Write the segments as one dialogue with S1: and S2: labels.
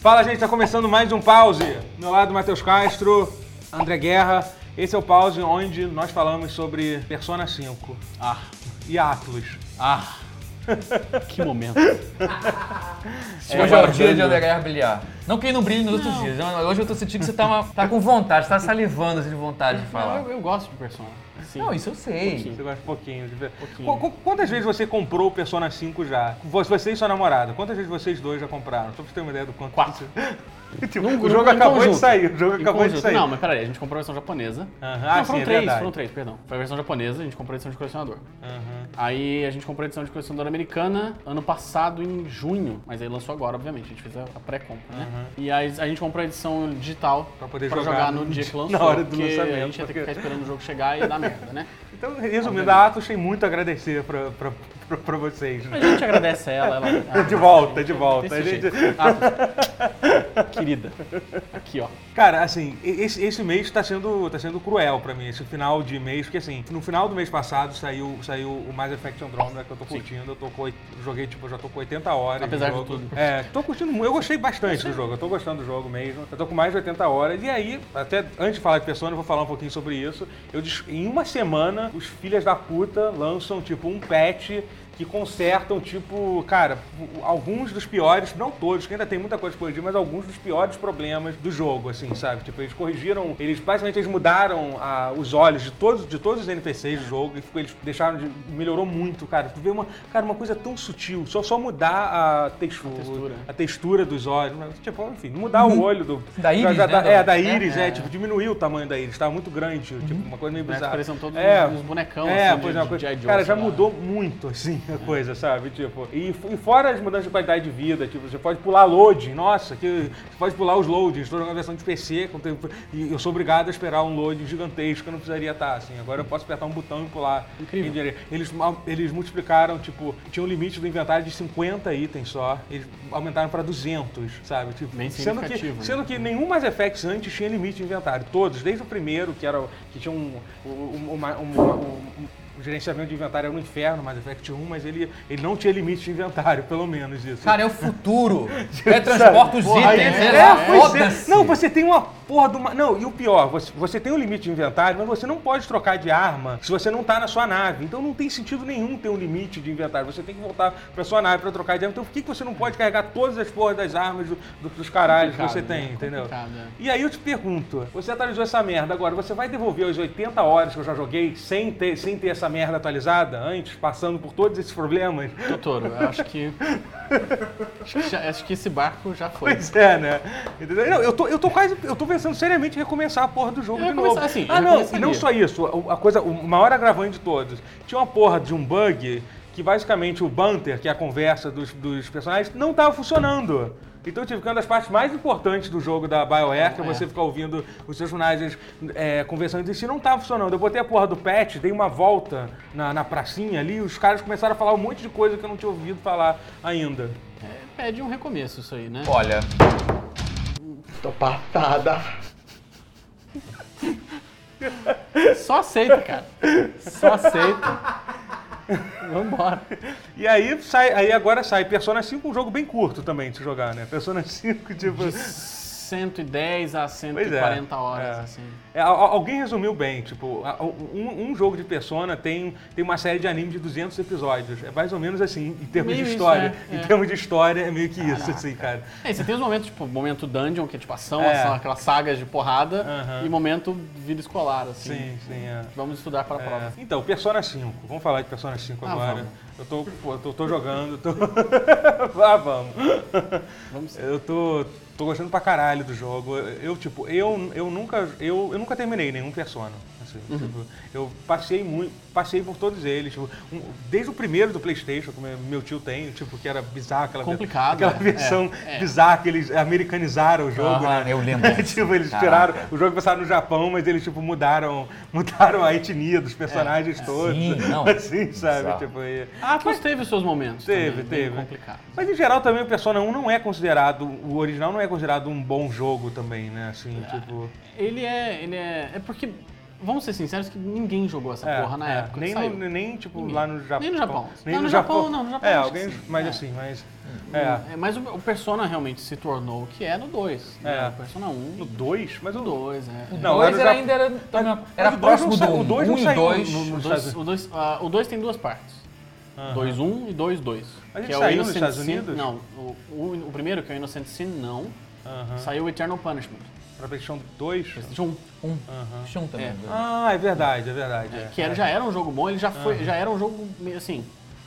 S1: Fala, gente, tá começando mais um pause. Do Meu lado, Matheus Castro, André Guerra. Esse é o pause onde nós falamos sobre Persona 5
S2: Ah,
S1: e Atlus.
S2: ah, que momento.
S3: É, hoje é o dia de André Guerra brilhar. Não que ele não brilhe nos outros dias. né? Hoje eu tô sentindo que você tá, uma- tá com vontade, você tá salivando assim, de vontade de falar.
S2: Eu, eu gosto de Persona. Sim.
S3: Não, isso eu sei.
S1: Você gosta de Um pouquinho. de ver.
S2: Pouquinho.
S1: Qu- qu- quantas vezes você comprou o Persona 5 já? Vo- Você e sua namorada. Quantas vezes vocês dois já compraram? Só pra você ter uma ideia do quanto. Quatro. o jogo
S2: em
S1: acabou
S2: conjunto.
S1: de sair. O jogo
S2: Em
S1: acabou de
S2: conjunto.
S1: sair.
S2: Não, mas peraí, a gente comprou a versão japonesa.
S1: Aham,
S2: não,
S1: ah,
S2: foram
S1: sim, é
S2: três,
S1: verdade.
S2: foram três, perdão. Foi a versão japonesa, a gente comprou a edição de colecionador.
S1: Aham.
S2: Aí a gente comprou a edição de colecionador americana ano passado, em junho. Mas aí lançou agora, obviamente. A gente fez a, a pré-compra, né? E aí a gente comprou a edição digital
S1: Pra poder
S2: pra
S1: jogar
S2: jogar,
S1: no
S2: no dia
S1: dia-
S2: que lançou.
S1: na hora do
S2: porque A
S1: lançamento,
S2: gente ia ter que
S1: porque-
S2: ficar esperando o jogo chegar e dar merda, né?
S1: Então, resumindo, a Atlus tem muito a agradecer pra, pra, pra, pra vocês. né?
S2: A gente agradece a ela, ela. ela-
S1: De volta, de volta. A
S2: Desse
S1: gente-
S2: jeito. Ah, querida. Aqui, ó.
S1: Cara, assim, e- esse, esse mês tá sendo, tá sendo cruel pra mim, esse final de mês, porque assim, no final do mês passado saiu, saiu o Mass Effect Andromeda, que eu tô curtindo, eu tô com, oit- joguei, tipo, já tô com 80 horas
S2: Apesar
S1: de
S2: de
S1: jogo.
S2: tudo.
S1: É, tô curtindo muito, eu gostei bastante do jogo, eu tô gostando do jogo mesmo, eu tô com mais de 80 horas, e aí, até antes de falar de Persona, eu vou falar um pouquinho sobre isso, eu, des- em uma semana, os filhas da puta lançam, tipo, um patch que consertam, tipo, cara, o- alguns dos piores, não todos, que ainda tem muita coisa pra corrigir, mas alguns dos piores problemas do jogo, assim, sabe? Tipo, eles corrigiram, eles basicamente eles mudaram ah, os olhos de todos, de todos os NPCs do jogo e ficou- eles deixaram de. melhorou muito, cara. Tu vê uma, cara, uma coisa tão sutil, só, só mudar a textura, a textura,
S2: textura. Uhum.
S1: dos olhos, mas, tipo, enfim, mudar o olho do.
S3: Da íris,
S1: já- já-
S3: né,
S1: é,
S3: do-
S1: da
S3: né?
S1: íris, é,
S2: É.
S1: tipo, diminuiu o tamanho da íris, tava muito grande, tipo, uma coisa meio
S2: Né,
S1: bizarra.
S2: pareciam todos
S1: É,
S2: uns bonecão,
S1: é,
S2: assim,
S1: pois
S2: de,
S1: é, uma
S2: de
S1: coisa-
S2: G.I. Joe,
S1: Cara,
S2: sei
S1: já
S2: lá.
S1: mudou muito, assim, a coisa, sabe? Tipo, e, f- e fora as mudanças de qualidade de vida, tipo, você pode pular loading, nossa, que você pode pular os loadings. Estou jogando a versão de PC, com tempo- e eu sou obrigado a esperar um loading gigantesco, eu não precisaria estar, assim. Agora eu posso apertar um botão e pular.
S2: Incrível.
S1: Engenharia. Eles, mal- eles multiplicaram, tipo, tinha um limite do inventário de 50 itens só, eles aumentaram para 200, sabe? Tipo,
S2: Bem
S1: sendo que,
S2: significativo, né?
S1: sendo que nenhum Mass Effects antes tinha limite de inventário. Todos, desde o primeiro, que era o- que tinha um, um, uma- um- um- um- o gerenciamento de inventário era um inferno, Mass Effect 1, mas ele, ele não tinha limite de inventário, pelo menos isso.
S3: Cara, é o futuro. É transporta os
S1: Porra, aí-
S3: itens, né?
S1: é, pois é.
S3: Foda-se.
S1: Não, você tem uma porra de uma. Não, e o pior, você, você tem um limite de inventário, mas você não pode trocar de arma se você não tá na sua nave. Então não tem sentido nenhum ter um limite de inventário. Você tem que voltar pra sua nave pra trocar de arma. Então por que, que você não pode carregar todas as porras das armas do- do- dos caralhos que você
S2: Complicado,
S1: tem,
S2: né?
S1: entendeu?
S2: Complicado, é.
S1: E aí eu te pergunto, você atualizou essa merda agora, você vai devolver as 80 horas que eu já joguei sem ter, sem ter essa merda atualizada antes, passando por todos esses problemas?
S2: Doutor, eu acho que. acho, que já- acho que esse barco já foi.
S1: Pois é, né? Entendeu? Não, eu, tô, eu tô quase. Eu tô pensando seriamente em recomeçar a porra do jogo
S2: Eu
S1: de
S2: recomeçar,
S1: novo.
S2: assim,
S1: ah,
S2: eu
S1: não, e
S2: recomeçaria.
S1: não só isso. A, a coisa, o maior agravante de todos. Tinha uma porra de um bug que basicamente o banter, que é a conversa dos, dos personagens, não tava funcionando. Então eu tive que uma das partes mais importantes do jogo da BioWare, que é você ficar ouvindo os seus personagens é, conversando entre si, não tava funcionando. Eu botei a porra do pet, dei uma volta na, na pracinha ali, os caras começaram a falar um monte de coisa que eu não tinha ouvido falar ainda.
S2: É, pede um recomeço isso aí, né?
S3: Olha,
S4: Tô passada.
S2: Só aceita, cara. Só aceita. Vambora.
S1: E aí, sai, aí agora sai Persona 5, um jogo bem curto também de se jogar, né? Persona 5, tipo.
S2: 110 a
S1: Pois é.
S2: 140 horas,
S1: É.
S2: assim.
S1: É, al- al- alguém resumiu bem, tipo, a- um, um jogo de Persona tem, tem uma série de anime de 200 episódios. É mais ou menos assim, em termos
S2: Meio
S1: de
S2: isso,
S1: história.
S2: é,
S1: Em
S2: é.
S1: termos de história, é meio que isso, assim, cara.
S2: É, e você tem os momentos, tipo, momento dungeon, que é tipo ação,
S1: É.
S2: ação, aquelas sagas de porrada,
S1: Aham.
S2: e momento vida escolar, assim.
S1: Sim, sim, é.
S2: Vamos estudar para a
S1: É.
S2: prova.
S1: Então, Persona 5. Vamos falar de Persona 5
S2: Ah,
S1: agora.
S2: vamos.
S1: Eu tô, pô, eu tô, tô jogando, tô... ah, vamos.
S2: Vamos sim.
S1: Eu tô, tô gostando pra caralho do jogo. Eu, tipo, eu, eu nunca. Eu, eu nunca terminei nenhum persona. assim,
S3: Uhum.
S1: tipo, eu passei muito. Passei por todos eles. tipo, um- desde o primeiro do Playstation, que meu, meu tio tem, tipo, que era bizarro aquela ver-
S2: Complicado,
S1: Aquela
S2: é,
S1: versão
S2: é.
S1: bizarra que eles americanizaram o jogo,
S3: Aham,
S1: né?
S3: eu lembro disso.
S1: tipo, eles
S3: Caraca.
S1: tiraram. O jogo passava no Japão, mas eles, tipo, mudaram, mudaram a etnia dos personagens todos.
S3: É. Sim, não.
S1: Assim, sabe?
S3: Bizarro.
S1: Tipo, e-
S2: Atlas teve os seus momentos.
S1: Teve,
S2: também, bem
S1: teve.
S2: Complicado.
S1: Mas em geral também o Persona 1 não é considerado, o
S2: É,
S1: original não é considerado um bom jogo também, né? Assim, tipo.
S2: Ele é. Ele é. É porque vamos ser sinceros que ninguém jogou essa
S1: É,
S2: porra na
S1: é.
S2: época.
S1: Nem,
S2: que saiu.
S1: no- nem tipo
S2: Ninguém.
S1: lá no Japão.
S2: Nem no Japão.
S1: Nem
S2: Não,
S1: no,
S2: no
S1: Japão,
S2: Japão, não, no Japão
S1: É,
S2: acho
S1: alguém,
S2: que sim.
S1: mas
S2: É.
S1: assim, mas... É,
S2: É, mas o, o Persona realmente se tornou o que é no 2.
S1: É.
S2: O Persona 1
S1: no 2, mas
S2: no
S1: o
S2: 2, é.
S1: Não,
S3: o 2
S1: era já-
S3: era, ainda era, era,
S1: o dois
S3: próximo
S1: não
S3: do
S1: sa- o
S3: 1.
S1: dois não
S3: um e
S1: saiu
S3: dois.
S1: no- no-
S2: O
S1: nos Estados
S2: 2 o dois, ah, o dois tem duas partes. 2.1 e 2.2.
S1: Mas ele
S2: que é o
S1: saiu nos
S2: Innocent
S1: Estados
S2: Sin-
S1: Unidos?
S2: Não, o, o- o primeiro, que é o Innocent Sin, não.
S1: Aham.
S2: Saiu o Eternal Punishment.
S1: Pra PlayStation 2?
S2: Tinha um,
S3: Um. Tinha um também.
S2: É.
S3: dois.
S1: Ah, é verdade, é verdade. é.
S2: que era, já era um jogo bom, ele já, foi, já era um jogo, meio assim...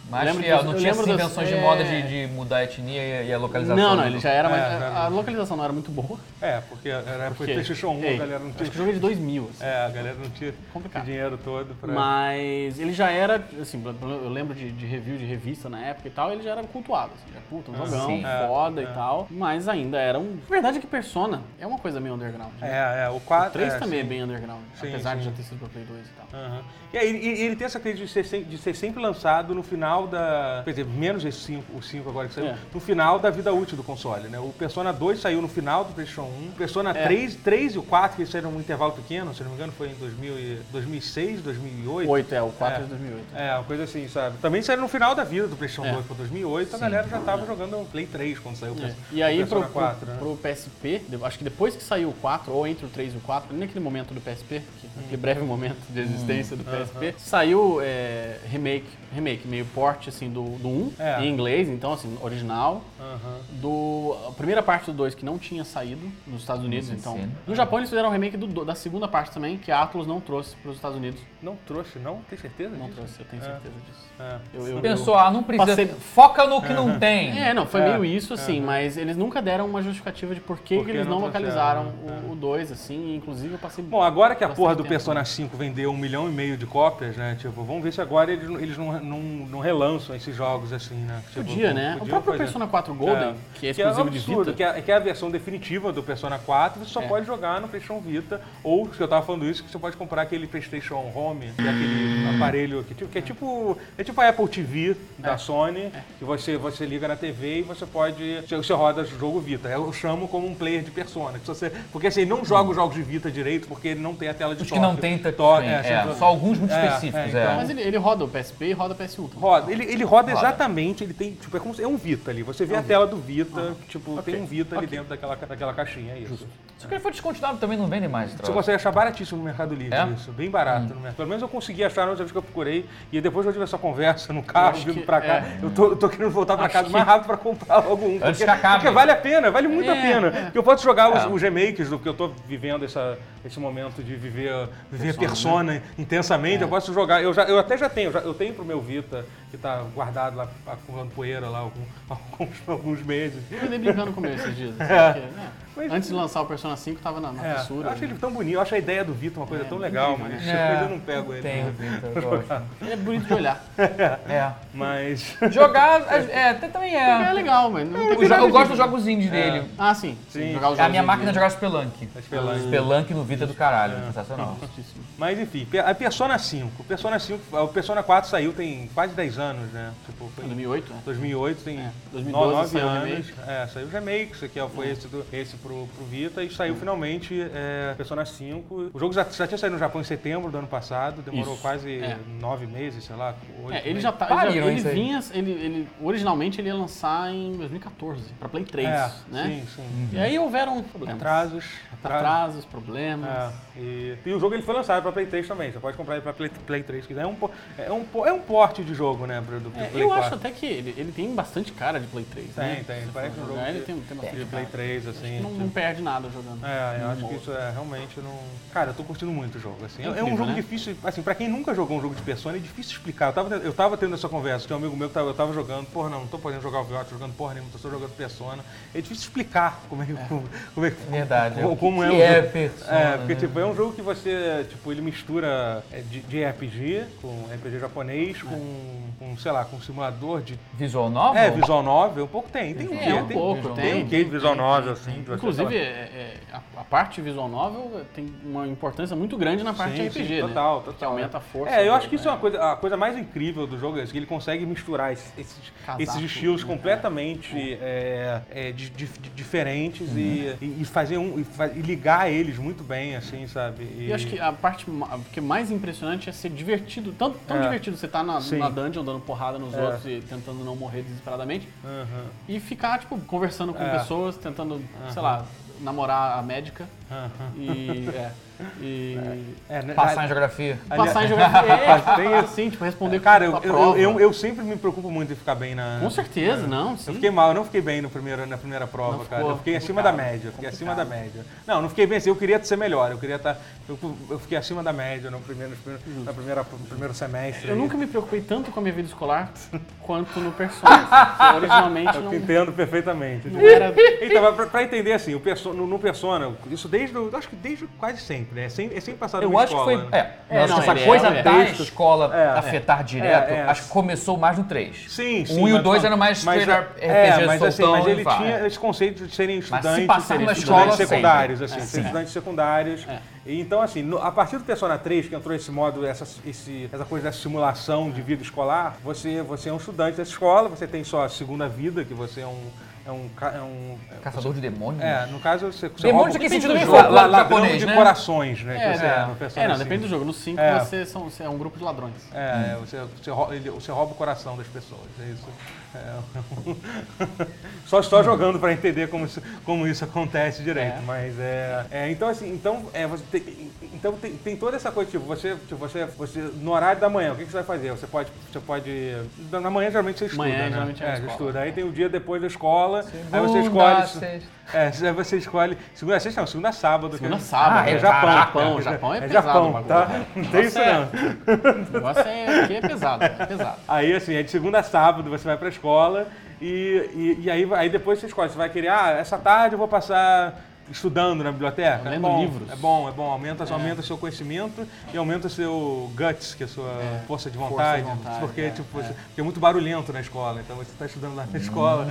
S3: Mas
S2: eu lembro
S3: fiel,
S2: dos-
S3: não
S2: eu
S3: tinha
S2: lembro
S3: essas
S2: das-
S3: invenções de
S2: é.
S3: moda de, de mudar a etnia e a- e a localização. né?
S2: Não,
S3: do
S2: não, ele
S3: jogo.
S2: já era, mas
S1: É,
S2: a-
S1: era-
S2: a localização não era muito boa.
S1: É, porque era época de
S2: porque-
S1: PlayStation 1,
S2: Ei,
S1: a galera não
S2: Acho que o
S1: tinha...
S2: jogo é de 2000, assim.
S1: É, a galera não tinha
S2: Complicado.
S1: o dinheiro todo pra...
S2: Mas ele já era, assim, pelo- pelo- eu lembro de, de review de revista na época e tal, ele já era cultuado, assim, já puta, um jogão,
S3: sim.
S2: foda
S1: É,
S2: e tal, mas ainda era um... A verdade é que Persona é uma coisa meio underground, né?
S1: É, é, o 4...
S2: O 3
S1: é,
S2: também
S1: sim.
S2: é bem underground,
S1: Sim,
S2: apesar de
S1: sim.
S2: já ter sido pra Play 2 e tal.
S1: Aham. E aí, ele, ele tem essa coisa de ser, sem- de ser sempre lançado no final da. Quer dizer, menos esse 5, o 5 agora que saiu,
S2: É.
S1: no final da vida útil do console, né? O Persona 2 saiu no final do PlayStation 1, Persona
S2: É.
S1: 3, 3 e o 4, que saíram num intervalo pequeno, se não me engano, foi em 2000 e- 2006, 2008.
S2: 8, é, o 4
S1: É.
S2: é de 2008.
S1: É, uma coisa assim, sabe? Também saiu no final da vida do PlayStation
S2: É.
S1: 2 para 2008, a galera já tava jogando um Play 3 quando saiu o
S2: É.
S1: Pers-
S2: E aí
S1: o Persona
S2: pro, pro,
S1: 4, né?
S2: pro PSP, de- acho que depois que saiu o 4, ou entre o 3 e o 4, ali naquele momento do PSP, que- aquele breve momento de existência do PSP, saiu é, remake, remake, meio porte assim do, do 1,
S1: É.
S2: em inglês, então assim, original.
S1: Aham.
S2: Do, a primeira parte do 2 que não tinha saído nos Estados Unidos,
S3: Sim,
S2: então.
S3: sim.
S2: No Japão eles fizeram um remake do do- da segunda parte também, que a Atlus não trouxe para os Estados Unidos.
S1: Não trouxe, não? Tem certeza?
S2: Não
S1: disso?
S2: trouxe, eu tenho
S1: É.
S2: certeza disso.
S1: É.
S2: Eu, eu-
S3: Pensou, ah, não precisa.
S2: Passei-
S3: Foca no que não tem.
S2: É, não, foi
S1: É,
S2: meio isso, assim, mas eles nunca deram uma justificativa de por que,
S1: Por
S2: que
S1: que
S2: eles
S1: não
S2: não,
S1: trouxeram, né?
S2: localizaram o 2, assim, e inclusive eu passei...
S1: Bom, agora que a
S2: bastante
S1: porra do
S2: tempo. né?
S1: Persona 5 vendeu um milhão e meio de cópias, né? Tipo, vamos ver se agora eles, eles não, não, não relançam esses jogos assim, né? Tipo,
S2: Podia, né? o
S1: podia
S2: próprio
S1: fazer.
S2: Persona 4 Golden,
S1: É.
S2: que é exclusivo de
S1: absurdo,
S2: Vita...
S1: Que é, que é a versão definitiva do Persona 4, você só
S2: É.
S1: pode jogar no PlayStation Vita. Ou, que eu tava falando isso, que você pode comprar aquele PlayStation Home, que é aquele aparelho que, tipo- que é tipo é tipo a Apple TV da Sony, que você, você liga na TV e você pode... Você, você roda o jogo Vita. Eu chamo como um player de Persona. que se você- porque assim, ele não joga os jogos de Vita direito, porque ele não tem a tela de
S3: Os que
S1: toque.
S3: não tem
S1: Toque,
S3: touchscreen.
S1: é,
S3: É,
S1: assim,
S3: só alguns muito
S1: É,
S3: específicos.
S1: é,
S3: é.
S2: Mas ele, ele roda o PSP e roda o PS1 também.
S1: Roda. Ele, ele roda,
S3: Roda.
S1: exatamente, ele tem, tipo, é, como se- é um Vita ali. Você vê a tela do Vita, tipo, tem um Vita ali dentro daquela, daquela caixinha, é isso.
S3: Se ele for descontinuado, também não vende mais.
S1: Você
S2: Ah.
S3: troca.
S1: consegue achar baratíssimo no Mercado Livre
S3: É?
S1: isso, bem
S2: Hum.
S1: barato no mercado. Pelo menos eu consegui achar na última vez que eu procurei. E depois que eu tive essa conversa no carro,
S2: acho
S1: vindo
S2: que-
S1: pra cá,
S2: é.
S1: eu, tô, eu tô querendo voltar pra
S2: Acho
S1: casa
S2: que-
S1: mais rápido pra comprar logo um.
S3: Antes
S1: porque,
S3: que acabe.
S1: porque vale a pena, vale muito a
S2: É,
S1: pena.
S2: é.
S1: Porque eu posso jogar os,
S3: É.
S1: os remakes do que eu tô vivendo essa, esse momento de viver, viver persona,
S2: né?
S1: intensamente. Eu
S2: É.
S1: posso jogar, eu, já, eu até já tenho, já- eu tenho pro meu Vita, que tá guardado lá, acumulando poeira lá algum- alguns, alguns meses.
S2: Eu andei brincando com ele esses dias. assim, porque, né,
S1: Mas-
S2: Antes de lançar o Persona 5, tava na, na
S1: É,
S2: fissura.
S1: eu acho
S2: né?
S1: ele tão bonito, eu acho a ideia do Vita uma coisa
S2: É,
S1: tão legal,
S2: incrível,
S1: mas
S3: né?
S1: depois
S3: É,
S1: eu não pego ele.
S3: Tem o Vita, eu gosto.
S2: Ele é bonito de olhar.
S3: É.
S1: Mas.
S3: Jogar, é, até também
S2: Ele é
S3: é.
S2: legal, mas não tem
S3: Eu, jo- eu
S2: nada
S3: gosto
S2: de-
S3: dos jogos indie
S1: É.
S3: dele.
S2: Ah, sim.
S1: Sim.
S2: Jogar os
S3: A
S2: jogos
S3: minha
S2: de-
S3: máquina é jogar Spelunk.
S1: Spelunk. É.
S3: Spelunk no Vita do caralho. Sensacional.
S2: Justíssimo.
S1: Mas enfim, pe- a Persona 5. O Persona 5, o Persona 4 saiu tem quase 10 anos, né? Tipo, foi em
S2: 2008, né?
S1: 2008, tem
S2: É,
S1: 2012
S2: 2012
S1: 9
S2: saiu o
S1: anos.
S2: remake. Hum.
S1: É, saiu o remake, isso aqui ó, foi esse, do, esse pro, pro Vita e saiu finalmente é, Persona 5. O jogo já, já tinha saído no Japão em setembro do ano passado, demorou
S2: Isso,
S1: quase
S2: é.
S1: 9 meses, sei lá, 8
S2: É, ele já tá.
S3: Pariram
S2: ele já-
S3: isso
S2: ele
S3: aí.
S2: vinha. Ele, ele, originalmente ele ia lançar em 2014, pra Play 3, né?
S1: É, Sim, sim.
S2: E aí houveram problemas.
S1: Atrasos.
S2: Atrasos, problemas.
S1: É, e, e o jogo ele foi lançado para Play 3 também. Você pode comprar ele para Play, Play 3 se quiser. É um, po- é, um, po- é um porte de jogo, né? Pro, do, do
S2: É,
S1: Play
S2: eu
S1: 4.
S2: acho até que ele, ele tem bastante cara de Play 3, né?
S1: Tem, tem.
S2: Se
S1: Parece
S2: for
S1: um
S2: jogar,
S1: jogo
S2: Ele
S1: de-
S2: tem, tem bastante
S1: de Play
S2: cara.
S1: 3, assim.
S2: Não, não perde nada jogando.
S1: É, eu acho
S2: Não.
S1: que isso é realmente não. Cara, eu tô curtindo muito o jogo, assim. É, é um
S2: Incrível,
S1: jogo
S2: né?
S1: difícil, assim, pra quem nunca jogou um jogo de persona, é difícil explicar. Eu tava, eu tava tendo essa conversa, tem um amigo meu que tava, eu tava jogando, porra, não, não tô podendo jogar o Viola, tô jogando porra nenhuma, tô só jogando persona. É difícil explicar como é que. Como, como é que
S3: Verdade.
S1: Como, como
S3: que
S1: é o
S3: que é
S1: jogo.
S3: Persona,
S1: É, porque
S3: né?
S1: tipo, é um jogo que você, tipo, ele mistura é, de, de RPG, com RPG japonês, com, com, sei lá, com um simulador de...
S3: Visual novel?
S1: É, visual novel, um pouco tem, tem um
S2: É,
S1: quê?
S2: um pouco,
S1: tem um
S2: tem,
S1: quê
S2: tem,
S1: de visual
S2: tem,
S1: novel,
S2: tem,
S1: assim, de
S2: Inclusive, é- é- a, a parte visual novel tem uma importância muito grande na parte
S1: Sim,
S2: de RPG,
S1: sim,
S2: né?
S1: total, total.
S2: Que aumenta a força.
S1: É, eu
S2: do-
S1: acho que isso é
S2: né?
S1: uma coisa, a coisa mais incrível do jogo, é isso, que ele consegue misturar esses, esses,
S2: Casaco,
S1: esses estilos
S2: né?
S1: completamente é, é, di- di- di- diferentes
S2: Uhum.
S1: e, e- e fazer um e, fa- e ligar eles muito bem, assim, sabe? E,
S2: E acho que a parte ma- que é mais impressionante é ser divertido, tão, tão
S1: É.
S2: divertido você tá na,
S1: Sim.
S2: na dungeon dando porrada nos
S1: É.
S2: outros e tentando não morrer desesperadamente,
S1: Aham,
S2: e ficar, tipo, conversando com
S1: É.
S2: pessoas, tentando, sei lá, namorar a médica
S1: aham.
S2: e. é, e
S1: É, né,
S3: Passar em geografia.
S2: Passar em geografia. É,
S1: Tem
S2: tem
S1: isso.
S2: assim, tipo, responder
S1: Cara,
S2: a
S1: eu, eu,
S2: prova.
S1: eu, eu sempre me preocupo muito em ficar bem na.
S2: Com certeza, não. Sim.
S1: Eu fiquei mal, eu não fiquei bem no primeiro, na primeira prova,
S2: Não
S1: cara.
S2: ficou
S1: Eu fiquei acima da
S2: complicado,
S1: média, eu fiquei acima da média. Não, não fiquei bem assim, eu queria ser melhor, eu queria estar. eu, eu fiquei acima da média no primeiro, no primeiro- na primeira, no primeiro semestre.
S2: Eu
S1: aí.
S2: nunca me preocupei tanto com a minha vida escolar quanto no Persona. assim. Eu originalmente
S1: Eu
S2: não,
S1: te entendo perfeitamente.
S2: não era.
S1: Então, pra, pra entender assim, o perso, no, no Persona, isso desde. o- acho que desde quase sempre, né? É sempre, é sempre passado
S3: Eu
S1: numa
S3: acho que
S1: escola,
S3: foi.
S1: né?
S3: É,
S2: É,
S3: eu acho
S2: não,
S3: que essa
S2: ele é,
S3: coisa
S2: ele é.
S3: da
S1: Texto.
S3: escola
S1: É.
S3: afetar direto,
S1: É, é.
S3: acho que começou mais no 3.
S1: Sim, sim.
S3: O 1 e o
S1: mas
S3: 2
S1: não-
S3: era mais
S1: mas,
S3: straight
S1: é,
S3: RPG
S1: é, mas, assim,
S3: soltão
S1: mas
S3: e
S1: ele
S3: vai.
S1: tinha esse conceito de serem
S3: se
S1: estudantes,
S3: passar
S1: serem
S3: numa
S1: estudantes
S3: escola,
S1: secundários, assim,
S2: É,
S1: serem
S2: sim.
S1: estudantes secundários.
S3: É.
S1: E, então, assim, no- a partir do Persona 3, que entrou esse modo, essa, esse- essa coisa da simulação de vida escolar, você, você é um estudante dessa escola, você tem só a segunda vida, que você é um... É um, ca- é um
S3: Caçador de demônios.
S1: é, no caso, você, você
S3: Demônio
S1: rouba
S3: de que
S1: depende
S3: sentido
S1: do
S3: que
S1: jogo,
S3: fala?
S1: la-
S3: Lá do
S1: ladrão
S3: japonês,
S1: de
S3: né?
S1: corações, né?
S2: É,
S1: que você
S2: é.
S1: no
S2: É,
S1: Persona
S2: não,
S1: 5.
S2: depende do jogo. No 5
S1: É.
S2: você, são, você é um grupo de ladrões.
S1: É, você, você, rou- ele- você rouba o coração das pessoas, é isso. É. Só estou jogando para entender como isso, como isso acontece direito,
S2: É.
S1: mas é, é, Então, assim, então, é, você tem, então tem, tem toda essa coisa, tipo, você, tipo, você, você, no horário da manhã, o que, que você vai fazer? Você pode, você pode. Na manhã geralmente você estuda.
S2: Manhã,
S1: né?
S2: geralmente, é a
S1: é,
S2: escola.
S1: estuda. Aí tem o dia depois da escola, aí você
S3: Segunda,
S1: escolhe.
S3: sexta.
S1: É, aí você escolhe. Segunda, sexta, não, segunda, a sábado. que
S2: Segunda a
S1: gente-
S2: sábado,
S1: Ah, é
S2: né?
S1: Japão.
S2: Caraca, Japão é pesado o
S1: Japão,
S2: bagulho,
S1: tá?
S2: né?
S1: Não tem isso não.
S2: O negócio é, aqui é pesado, é pesado.
S1: Aí, assim, é de segunda a sábado, você vai pra escola e, e, e aí, aí depois você escolhe. Você vai querer, ah, essa tarde eu vou passar estudando na biblioteca.
S2: Tá Lendo
S1: é bom,
S2: livros.
S1: É bom, é bom. Aumenta, aumenta seu conhecimento e aumenta seu guts, que é a sua força de
S2: força de
S1: vontade.
S2: vontade,
S1: porque,
S2: é, Hum.
S1: tipo, você- porque é muito barulhento na escola, então você tá estudando lá na escola.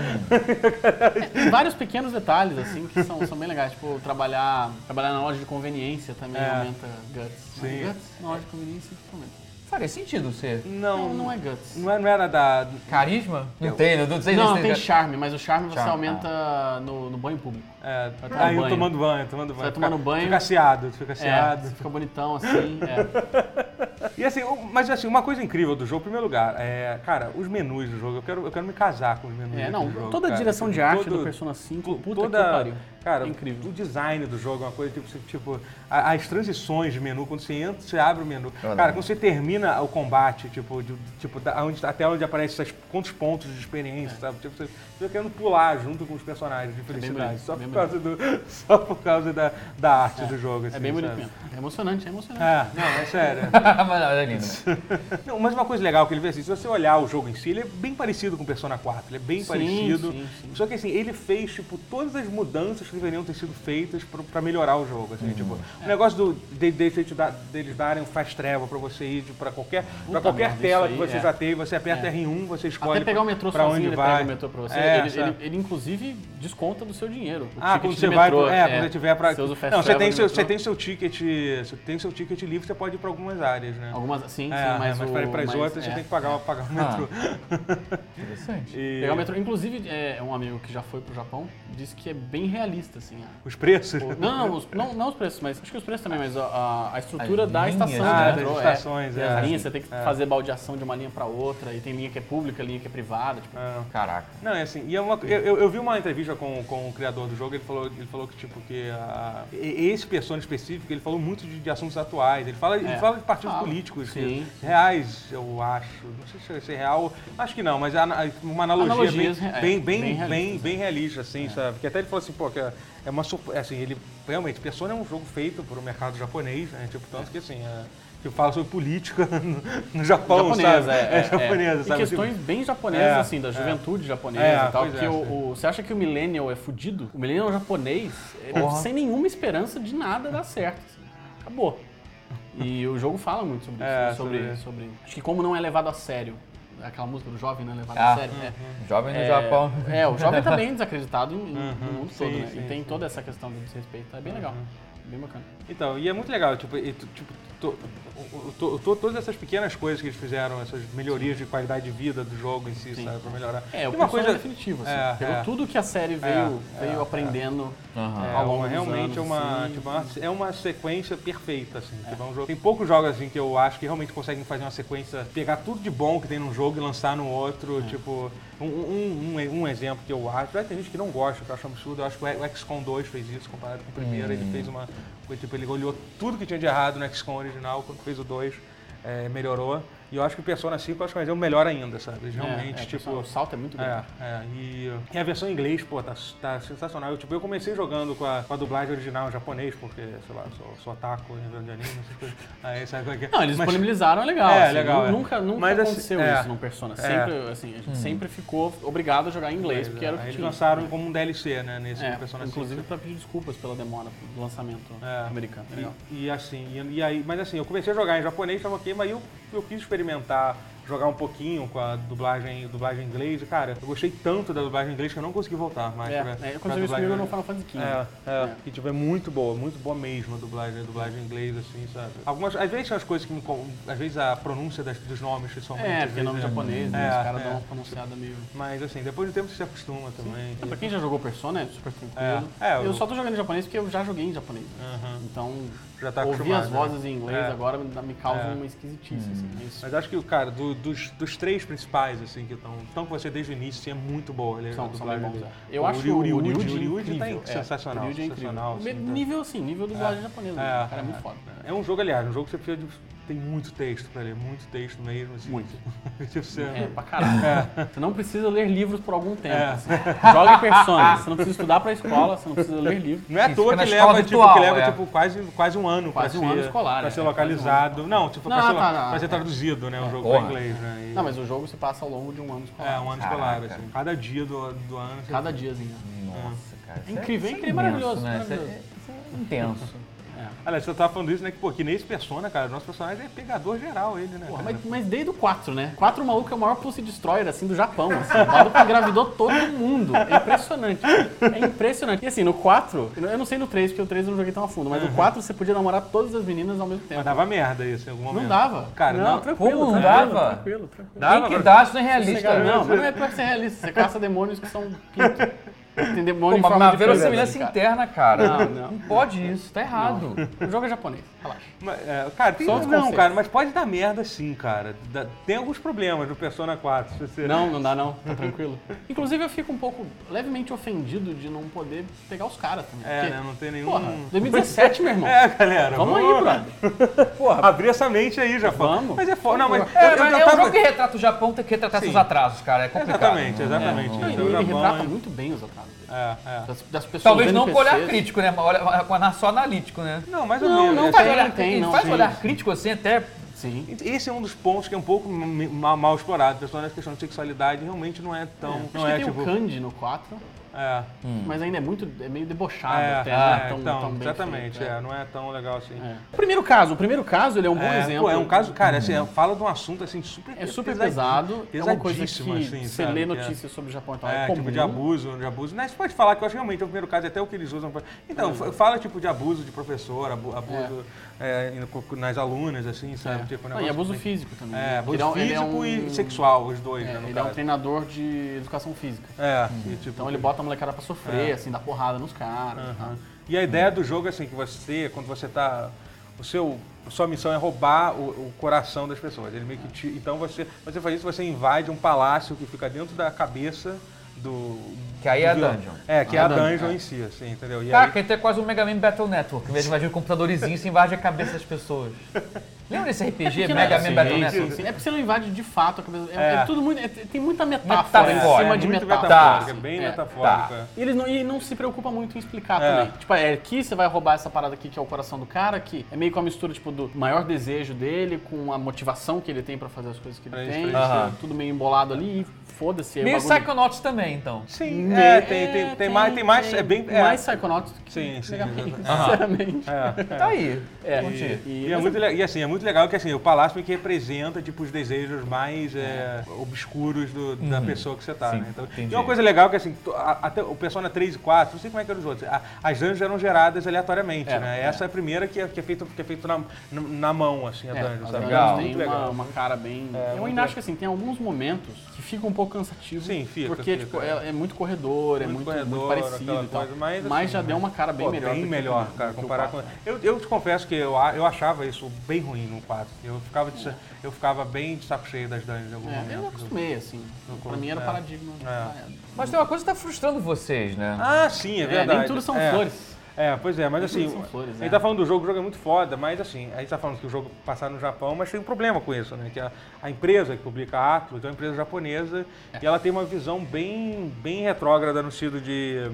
S2: Tem vários pequenos detalhes, assim, que são, são bem legais. Tipo, trabalhar, trabalhar na loja de conveniência também
S1: É.
S2: aumenta guts. Mas
S1: Sim.
S2: Guts na loja de conveniência aumenta.
S3: Faria sentido ser.
S1: Não,
S2: Não, não é guts.
S1: não, é, não era da...
S3: Carisma? Não tem, não, não sei
S2: Não,
S3: se
S2: tem charme, mas o charme você
S1: ah.
S3: Charme,
S2: aumenta no, no banho público.
S1: É,
S2: tomar
S1: aí eu
S2: Tá banho.
S1: tomando banho, tomando banho.
S2: vai tomando
S1: Fica-
S2: banho.
S1: Fica aciado, fica
S2: É,
S1: aciado.
S2: você fica bonitão assim. É.
S1: E assim, o- mas assim, uma coisa incrível do jogo, em primeiro lugar, é, cara, os menus do jogo, eu quero, eu quero me casar com os menus
S2: É,
S1: do
S2: não,
S1: jogo,
S2: toda a
S1: cara.
S2: direção de arte
S1: Todo-
S2: do Persona 5, puta
S1: toda,
S2: que pariu.
S1: Cara,
S2: É incrível.
S1: o design do jogo é uma coisa, tipo, você- tipo a- as transições de menu, quando você entra, você abre o menu. Cara, quando você termina o combate, tipo, de- tipo da- onde, até onde aparece essas, quantos pontos de experiência, sabe? Tipo, você fica querendo pular junto com os personagens de felicidade,
S2: bonito,
S1: só,
S2: É bem
S1: por causa do, só por causa da, da arte do jogo.
S2: É
S1: assim,
S2: bem bonito
S1: sabe?
S2: mesmo. É emocionante, é emocionante.
S1: É, não, é sério.
S3: mas não, é lindo.
S1: Não, mas uma coisa legal que ele fez assim, se você olhar o jogo em si, ele é bem parecido com o Persona 4, ele é bem
S2: Sim,
S1: parecido.
S2: sim, sim.
S1: Só que assim, ele fez tipo todas as mudanças que deveriam ter sido feitas pro- pra melhorar o jogo,
S2: Uhum.
S1: assim, tipo,
S2: É.
S1: o negócio do de, de- de- da- deles darem um fast travel pra você ir de- pra qualquer para qualquer
S2: merda,
S1: tela
S2: isso
S1: que
S2: aí,
S1: você
S2: é.
S1: já teve, você aperta R1, você escolhe
S2: Até pegar o metrô
S1: pra
S2: sozinho,
S1: onde
S2: ele
S1: vai.
S2: pega o metrô pra você.
S1: É,
S2: ele,
S1: sabe?
S2: ele- ele, inclusive, desconta do seu dinheiro. O
S1: Ah,
S2: ticket
S1: quando
S2: de
S1: você vai,
S2: metrô,
S1: pro- é, quando você tiver para,
S2: Você usa o fast
S1: não, você
S2: travel né?
S1: tem
S2: do
S1: seu,
S2: metrô.
S1: você tem seu ticket, você tem seu ticket livre, você pode ir pra algumas áreas, né?
S2: Algumas, sim,
S1: É,
S2: sim, mas,
S1: mas
S2: o...
S1: para ir pras
S2: mas,
S1: outras, você
S2: é.
S1: tem que pagar, pagar o metrô.
S3: Interessante.
S1: E-
S2: Pegar o metrô. Inclusive, é, um amigo que já foi pro Japão disse que é bem realista, assim. a-
S1: Os preços?
S2: o- Não, não, os, não, não os preços, mas acho que os preços também, mas a- a, a estrutura
S3: As
S2: da
S3: linhas,
S2: estação
S3: né?
S1: Ah,
S2: do metrô.
S1: das
S2: é.
S1: estações,
S2: Tem
S1: é.
S2: As linhas, você tem que
S1: É.
S2: fazer baldeação de uma linha pra outra, e tem linha que é pública, linha que é privada, tipo,
S1: Ah.
S3: Caraca.
S1: Não, é assim, e é uma- eu, eu- eu vi uma entrevista com, com o criador do jogo, ele falou, ele falou que, tipo, que a- e- esse personagem específico, ele falou muito de, de assuntos atuais, ele fala, ele
S2: É.
S1: fala de partidos
S2: Fala.
S1: políticos,
S2: Sim.
S1: que- reais, eu acho, não sei se é- se é real, acho que não, mas é ana- uma analogia bem,
S2: Analogias reais,
S1: bem, bem,
S2: bem né? É.
S1: bem, bem,
S2: realistas,
S1: realista, assim, sabe, porque até ele falou assim, pô, que é, é uma surpresa, assim, ele, realmente, Persona é um jogo feito para o mercado japonês, né, tipo, tanto que, assim, é, que fala sobre política no, no Japão,
S2: japonesa,
S1: sabe?
S2: é, é,
S1: japonesa,
S2: é.
S1: sabe?
S2: E questões bem japonesas,
S1: É,
S2: assim, da
S1: é.
S2: juventude japonesa
S1: É,
S2: e tal.
S1: pois
S2: Porque
S1: é,
S2: o,
S1: sim.
S2: o- você acha que o millennial é fudido? O millennial japonês, ele
S3: Porra.
S2: sem nenhuma esperança de nada dar certo. assim. Acabou. E o jogo fala muito sobre isso,
S1: É,
S2: né? sobre,
S1: sobre-
S2: sobre... Acho que como não é levado a sério aquela música do jovem, né? Levado
S3: Ah,
S2: a sério. É.
S3: Jovem no
S2: É,
S3: Japão.
S2: É, o jovem tá bem desacreditado em- em- no mundo todo,
S1: Uhum. sim,
S2: né?
S1: sim,
S2: e tem
S1: sim.
S2: toda essa questão do desrespeito. É bem legal. Bem bacana.
S1: Então, e é muito legal, tipo, e tu- tipo, to- o- o- to- todas essas pequenas coisas que eles fizeram, essas melhorias de qualidade de vida do jogo em si,
S2: Sim.
S1: sabe, pra melhorar.
S2: É,
S1: E
S2: o uma coisa definitiva, assim.
S1: É,
S2: Pegou
S1: é.
S2: tudo que a série veio,
S1: É,
S2: veio aprendendo
S3: Aham.
S1: É,
S2: ao longo
S1: uma-
S2: dos
S1: realmente
S2: anos,
S1: é uma,
S2: assim.
S1: tipo, uma- é uma sequência perfeita, assim. tipo, é um jogo- tem poucos jogos assim que eu acho que realmente conseguem fazer uma sequência, pegar tudo de bom que tem num jogo e lançar no
S2: É.
S1: outro. Tipo, um, um, um- um exemplo que eu acho, vai ter gente que não gosta, que eu acho um absurdo, eu acho que o XCOM 2 fez isso comparado com o primeiro,
S2: Hum.
S1: ele fez uma. foi, Tipo, ele olhou tudo que tinha de errado no XCOM original, quando fez o 2, é, melhorou. E eu acho que o Persona 5 eu acho que vai ser o melhor ainda, sabe? Eles realmente,
S2: É, é,
S1: tipo.
S2: O salto é muito grande.
S1: É, é. E, e a versão em inglês, pô, tá, tá sensacional. Eu, tipo, eu comecei jogando com a, com a dublagem original em japonês, porque, sei lá, sou, sou otaku em nível de anime, essas coisas. Aí sabe como é que é?
S2: Não, eles
S1: Mas-
S2: disponibilizaram, é legal.
S1: É,
S2: assim,
S1: legal, é.
S2: Nunca, nunca
S1: Mas, assim,
S2: aconteceu
S1: é.
S2: isso num Persona.
S1: É.
S2: Sempre, assim, a gente sempre ficou obrigado a jogar em inglês, porque era o
S1: Aí
S2: que
S1: é, eles
S2: tinha.
S1: lançaram como um DLC, né, nesse
S2: É,
S1: Persona 5.
S2: inclusive pra pedir desculpas pela demora do lançamento
S1: É.
S2: americano.
S1: E-
S2: Legal.
S1: E, assim, e, e aí, mas assim, eu comecei a jogar em japonês, tava ok, mas eu, eu quis experimentar jogar um pouquinho com a dublagem, dublagem em inglês, e cara, eu gostei tanto da dublagem em inglês que eu não consegui voltar mais
S2: É,
S1: pra,
S2: é,
S1: pra
S2: aconteceu isso
S1: dublagem
S2: comigo
S1: original.
S2: no Final Fantasy XV.
S1: É, é,
S2: É.
S1: que tipo, é muito boa, muito boa mesmo a dublagem, a dublagem em inglês, assim, sabe? Algumas, às vezes são as coisas que me. com- Às vezes a pronúncia das- dos nomes, principalmente.
S2: É,
S1: às
S2: porque
S1: vezes,
S2: nome japonês, né?
S1: É,
S2: Os caras
S1: é.
S2: dão uma pronunciada meio.
S1: Mas assim, depois de um tempo você se acostuma também.
S2: Pra quem já jogou Persona, é super tranquilo.
S1: É, é,
S2: eu...
S1: eu-
S2: só tô jogando em japonês porque eu já joguei em japonês.
S1: Aham.
S2: Então,
S1: Já tá
S2: ouvir as
S1: acostumado, né?
S2: vozes em inglês
S1: É.
S2: agora me, dá- me causa
S1: É. Hum.
S2: uma esquisitice. Assim, mas
S1: Mas acho que, cara, do- dos, dos três principais, assim, que estão tão com você desde o início, assim, é muito boa. Ele, a
S2: são, são bem
S1: dublagem
S2: bons.
S1: dele.
S2: é. Eu
S1: o
S2: acho
S1: Uri- Uri-
S2: o
S1: Uri-
S2: Ryuji
S1: Uri- Uri tá
S2: incrível.
S1: sensacional,
S2: É, o Ryuji é incrível.
S1: sensacional, assim, tá?
S2: Nível, assim, nível dublagem japonesa. né?
S1: É,
S2: O cara é muito foda.
S1: É um jogo, aliás, um jogo que você precisa de. Tem muito texto pra ler, muito texto mesmo. Assim,
S2: Muito.
S1: tipo, você-
S2: É, pra caralho. Você não precisa ler livros por algum tempo.
S1: É.
S2: assim. Joga em Persona. Você não precisa estudar pra escola, você não precisa ler livro.
S1: Não é à
S3: Isso,
S1: toa
S3: fica
S1: que
S3: na escola
S1: leva, tipo,
S3: virtual,
S1: que leva
S3: é.
S1: tipo, quase, quase um ano
S2: Quase
S1: pra
S2: um
S1: ser,
S2: ano escolar,
S1: pra
S2: é.
S1: ser
S2: É,
S1: localizado. Não, tipo,
S2: Não,
S1: pra, ser,
S2: tá, não,
S1: pra ser
S2: é.
S1: traduzido, né? Um jogo
S3: Porra.
S1: pra inglês, né? E-
S2: Não, mas o jogo se passa ao longo de um ano escolar.
S1: É, um ano escolar,
S3: Caraca.
S1: assim. Cada dia do, do ano. você-
S2: Cada dia, assim. é.
S3: Nossa, cara. isso
S2: Incrível,
S3: isso
S2: incrível, maravilhoso,
S3: Intenso, né? Isso é-
S2: maravilhoso.
S3: isso é intenso.
S1: Aliás, você tava falando isso, né? Que, pô, que nesse Persona, cara, o nosso personagem é pegador geral, ele, né?
S2: Porra,
S1: cara?
S2: mas, mas desde o 4, né? 4 maluco é o maior Pulse Destroyer, assim, do Japão. Assim. O maluco engravidou todo mundo. É impressionante. É impressionante. E assim, no 4, eu não sei no 3, porque o 3 eu não joguei tão a fundo, mas no 4 você podia namorar todas as meninas ao mesmo
S1: Mas
S2: tempo.
S1: dava merda isso em algum momento.
S2: Não dava.
S1: Cara,
S2: não,
S1: não.
S2: tranquilo.
S3: Como não
S2: tranquilo,
S3: dava?
S2: Tranquilo, tranquilo.
S1: Dava,
S3: Quem que
S1: mas-
S3: dá, isso não é realista.
S2: Cara, não,
S3: Não,
S2: mas não é pra ser realista. Você caça demônios que são pinto. Tem demônio em
S3: Pô, mas
S2: forma
S3: na
S2: de
S3: verossimilhança
S2: cara.
S3: interna, cara.
S2: Não, não.
S3: pode isso, tá errado.
S2: O jogo é japonês, relaxa.
S1: Mas, é, cara, tem,
S2: Só
S1: não,
S2: os conceitos.
S1: cara, mas pode dar merda sim, cara. Dá- tem alguns problemas no Persona 4. Se você...
S2: Não, não dá não, tá tranquilo. Inclusive eu fico um pouco levemente ofendido de não poder pegar os caras também.
S1: É,
S2: porque,
S1: né? Não tem nenhum.
S2: Porra, 2017, meu irmão.
S1: É, galera.
S2: Vamos aí, brother.
S1: Porra, abrir essa mente aí, Japão.
S2: Vamos.
S1: Mas é foda. Não, mas
S3: É,
S1: eu- eu-
S3: mas
S1: eu
S3: é um
S1: tava-
S3: jogo que retrata o Japão, tem que retratar
S1: Sim.
S3: seus atrasos, cara. É complicado.
S1: Exatamente,
S3: né?
S1: exatamente. Então,
S2: Não,
S1: o
S2: e ele tá
S1: Japão
S2: retrata
S1: é-
S2: muito bem os atrasos dele.
S1: É, é.
S2: Das, das pessoas
S3: Talvez
S2: dos
S3: não com olhar
S2: NPCs.
S3: crítico, né? Mas olha- com a- Só analítico, né?
S1: Não, mais ou
S2: Não,
S1: menos. é,
S2: não
S1: Esse-
S3: Faz
S2: tem,
S3: olhar,
S2: tem, não,
S3: faz
S2: sim,
S3: olhar
S2: sim.
S3: crítico assim, até.
S2: Sim.
S1: Esse é um dos pontos que é um pouco m- ma- mal explorado. Pessoal, essa questão de sexualidade realmente não é tão.
S2: Então, Acho
S1: Não
S2: que
S1: é
S2: tem um
S1: tipo.
S2: o Candy no 4,
S1: É,
S2: mas ainda é muito, é meio debochado
S1: é,
S2: até,
S1: é,
S2: né? Tão-
S1: então,
S2: tão bem
S1: exatamente.
S2: feito,
S1: é, Não é tão legal assim.
S2: é. O primeiro caso, o primeiro caso, ele é um bom
S1: É,
S2: exemplo.
S1: pô, é um caso, cara, assim, é, fala de um assunto assim super
S2: É super
S1: pesadi-
S2: pesado, é uma coisa que
S1: pesadíssimo, assim,
S2: você
S1: sabe,
S2: lê
S1: que é-
S2: notícias sobre o Japão e tal, é,
S1: É,
S2: comum.
S1: tipo de abuso, de abuso. Né, você pode falar que eu acho que realmente é o primeiro caso, é até o que eles usam. pra- Então,
S2: é.
S1: f- fala tipo de abuso de professor, abu- abuso é, em- co- nas alunas, assim, sabe?
S2: É.
S1: Tipo, um
S2: Ah, e
S1: negócio
S2: abuso
S1: bem-
S2: físico também. né?
S1: É, abuso
S2: Ele é um- ele é
S1: físico
S2: um-
S1: e sexual, os dois,
S2: É,
S1: né? No
S2: ele é um
S1: caso.
S2: treinador de educação física.
S1: É, e, tipo,
S2: Então ele bota a molecada pra
S1: É.
S2: sofrer, assim, dá porrada nos caras. tá?
S1: E a ideia do jogo é assim, que você, quando você tá. O seu, a sua missão é roubar o, o coração das pessoas. Ele meio que te- então você, você faz isso, você invade um palácio que fica dentro da cabeça do.
S3: Que aí
S1: do
S3: é a
S1: vilão.
S3: dungeon.
S1: É, que
S2: Ah,
S1: é a
S2: dungeon,
S1: dungeon
S2: é. Tá,
S1: em si, assim, entendeu? E
S3: Cara,
S1: aí,
S3: que até quase um Mega Man Battle Network. Em vez de invadir o computadorzinho, você invade a cabeça das pessoas. Lembra desse RPG,
S2: É Porque não-
S3: Mega né?
S2: sim,
S3: Man Battle
S2: sim,
S3: Network?
S2: sim. É porque você não invade de fato a cabeça. É,
S1: É.
S2: é tudo muito. é- tem muita metáfora,
S3: Metáfora,
S2: em cima
S1: é
S2: de
S1: muito
S2: metáfora.
S1: metafórico,
S2: assim.
S1: é bem
S2: É.
S1: metafórico. é.
S2: E eles não, e não se preocupa muito em explicar
S1: É.
S2: também. Tipo, é aqui você vai roubar essa parada aqui que é o coração do cara, que é meio com a mistura tipo, do maior desejo dele com a motivação que ele tem pra fazer as coisas que ele
S1: Pra
S2: tem.
S1: É isso, pra
S3: isso.
S2: Aham. Tudo meio embolado ali e foda-se. aí o
S3: Meio
S2: bagulho-
S3: Psychonauts também, então.
S1: Sim, é, tem, tem, tem, mais, tem mais, é bem... É,
S2: Mais Psychonauts do que
S1: Sim, sim,
S2: Megaman,
S1: exato.
S2: sinceramente.
S1: é, é.
S3: Tá aí.
S2: É,
S3: Curti.
S2: e,
S1: E, é muito, le- e assim, é muito legal que assim, o palácio meio que representa tipo, os desejos mais é, obscuros do-
S2: Uhum.
S1: da pessoa que você tá,
S3: Sim,
S1: né? Então,
S3: entendi.
S1: e uma coisa legal que assim, to- a- até o Persona 3 e 4, não sei como é que eram os outros, a- as dungeons eram geradas aleatoriamente,
S2: Era,
S1: né?
S2: é.
S1: Essa é a primeira que é, que é feito, que é feito na, na, na mão, assim, a
S2: É,
S1: dungeon,
S2: as
S1: sabe?
S3: legal.
S2: Tem
S1: Muito
S2: uma,
S1: legal. É,
S2: uma cara bem. eu
S1: muito
S2: ainda acho
S1: legal.
S2: que assim, tem alguns momentos que fica um pouco cansativo.
S1: Sim, fica,
S2: Porque,
S1: fica,
S2: tipo,
S1: é.
S2: é, é muito corredor, é
S1: Muito
S2: muito,
S1: corredor,
S2: muito parecido
S1: aquela
S2: e tal.
S1: coisa, mas, assim,
S2: já deu uma cara Tá bem
S1: Pô,
S2: melhor. do
S1: Bem
S2: que-
S1: melhor,
S2: do
S1: cara,
S2: que o
S1: comparar com.
S2: quatro.
S1: Eu, eu te confesso que eu, a- eu achava isso bem ruim no 4. Eu ficava, de sa- eu ficava bem de saco cheio das dungeons em algum
S2: É, eu
S1: momento.
S2: acostumei, assim. Pra mim era
S1: é.
S2: paradigma. Ah, da época.
S3: Mas tem uma coisa que tá frustrando vocês, né?
S1: Ah, sim, é
S2: É,
S1: verdade.
S2: nem tudo são
S1: É.
S2: flores.
S1: É, pois é, mas
S2: Nem
S1: assim,
S2: tudo são flores,
S1: a gente
S2: é.
S1: tá falando do jogo, o jogo é muito foda, mas assim, a gente tá falando que o jogo passado no Japão, mas tem um problema com isso, né? Que a, a empresa que publica a Atlus é uma empresa japonesa e ela tem uma visão bem, bem retrógrada no sentido de,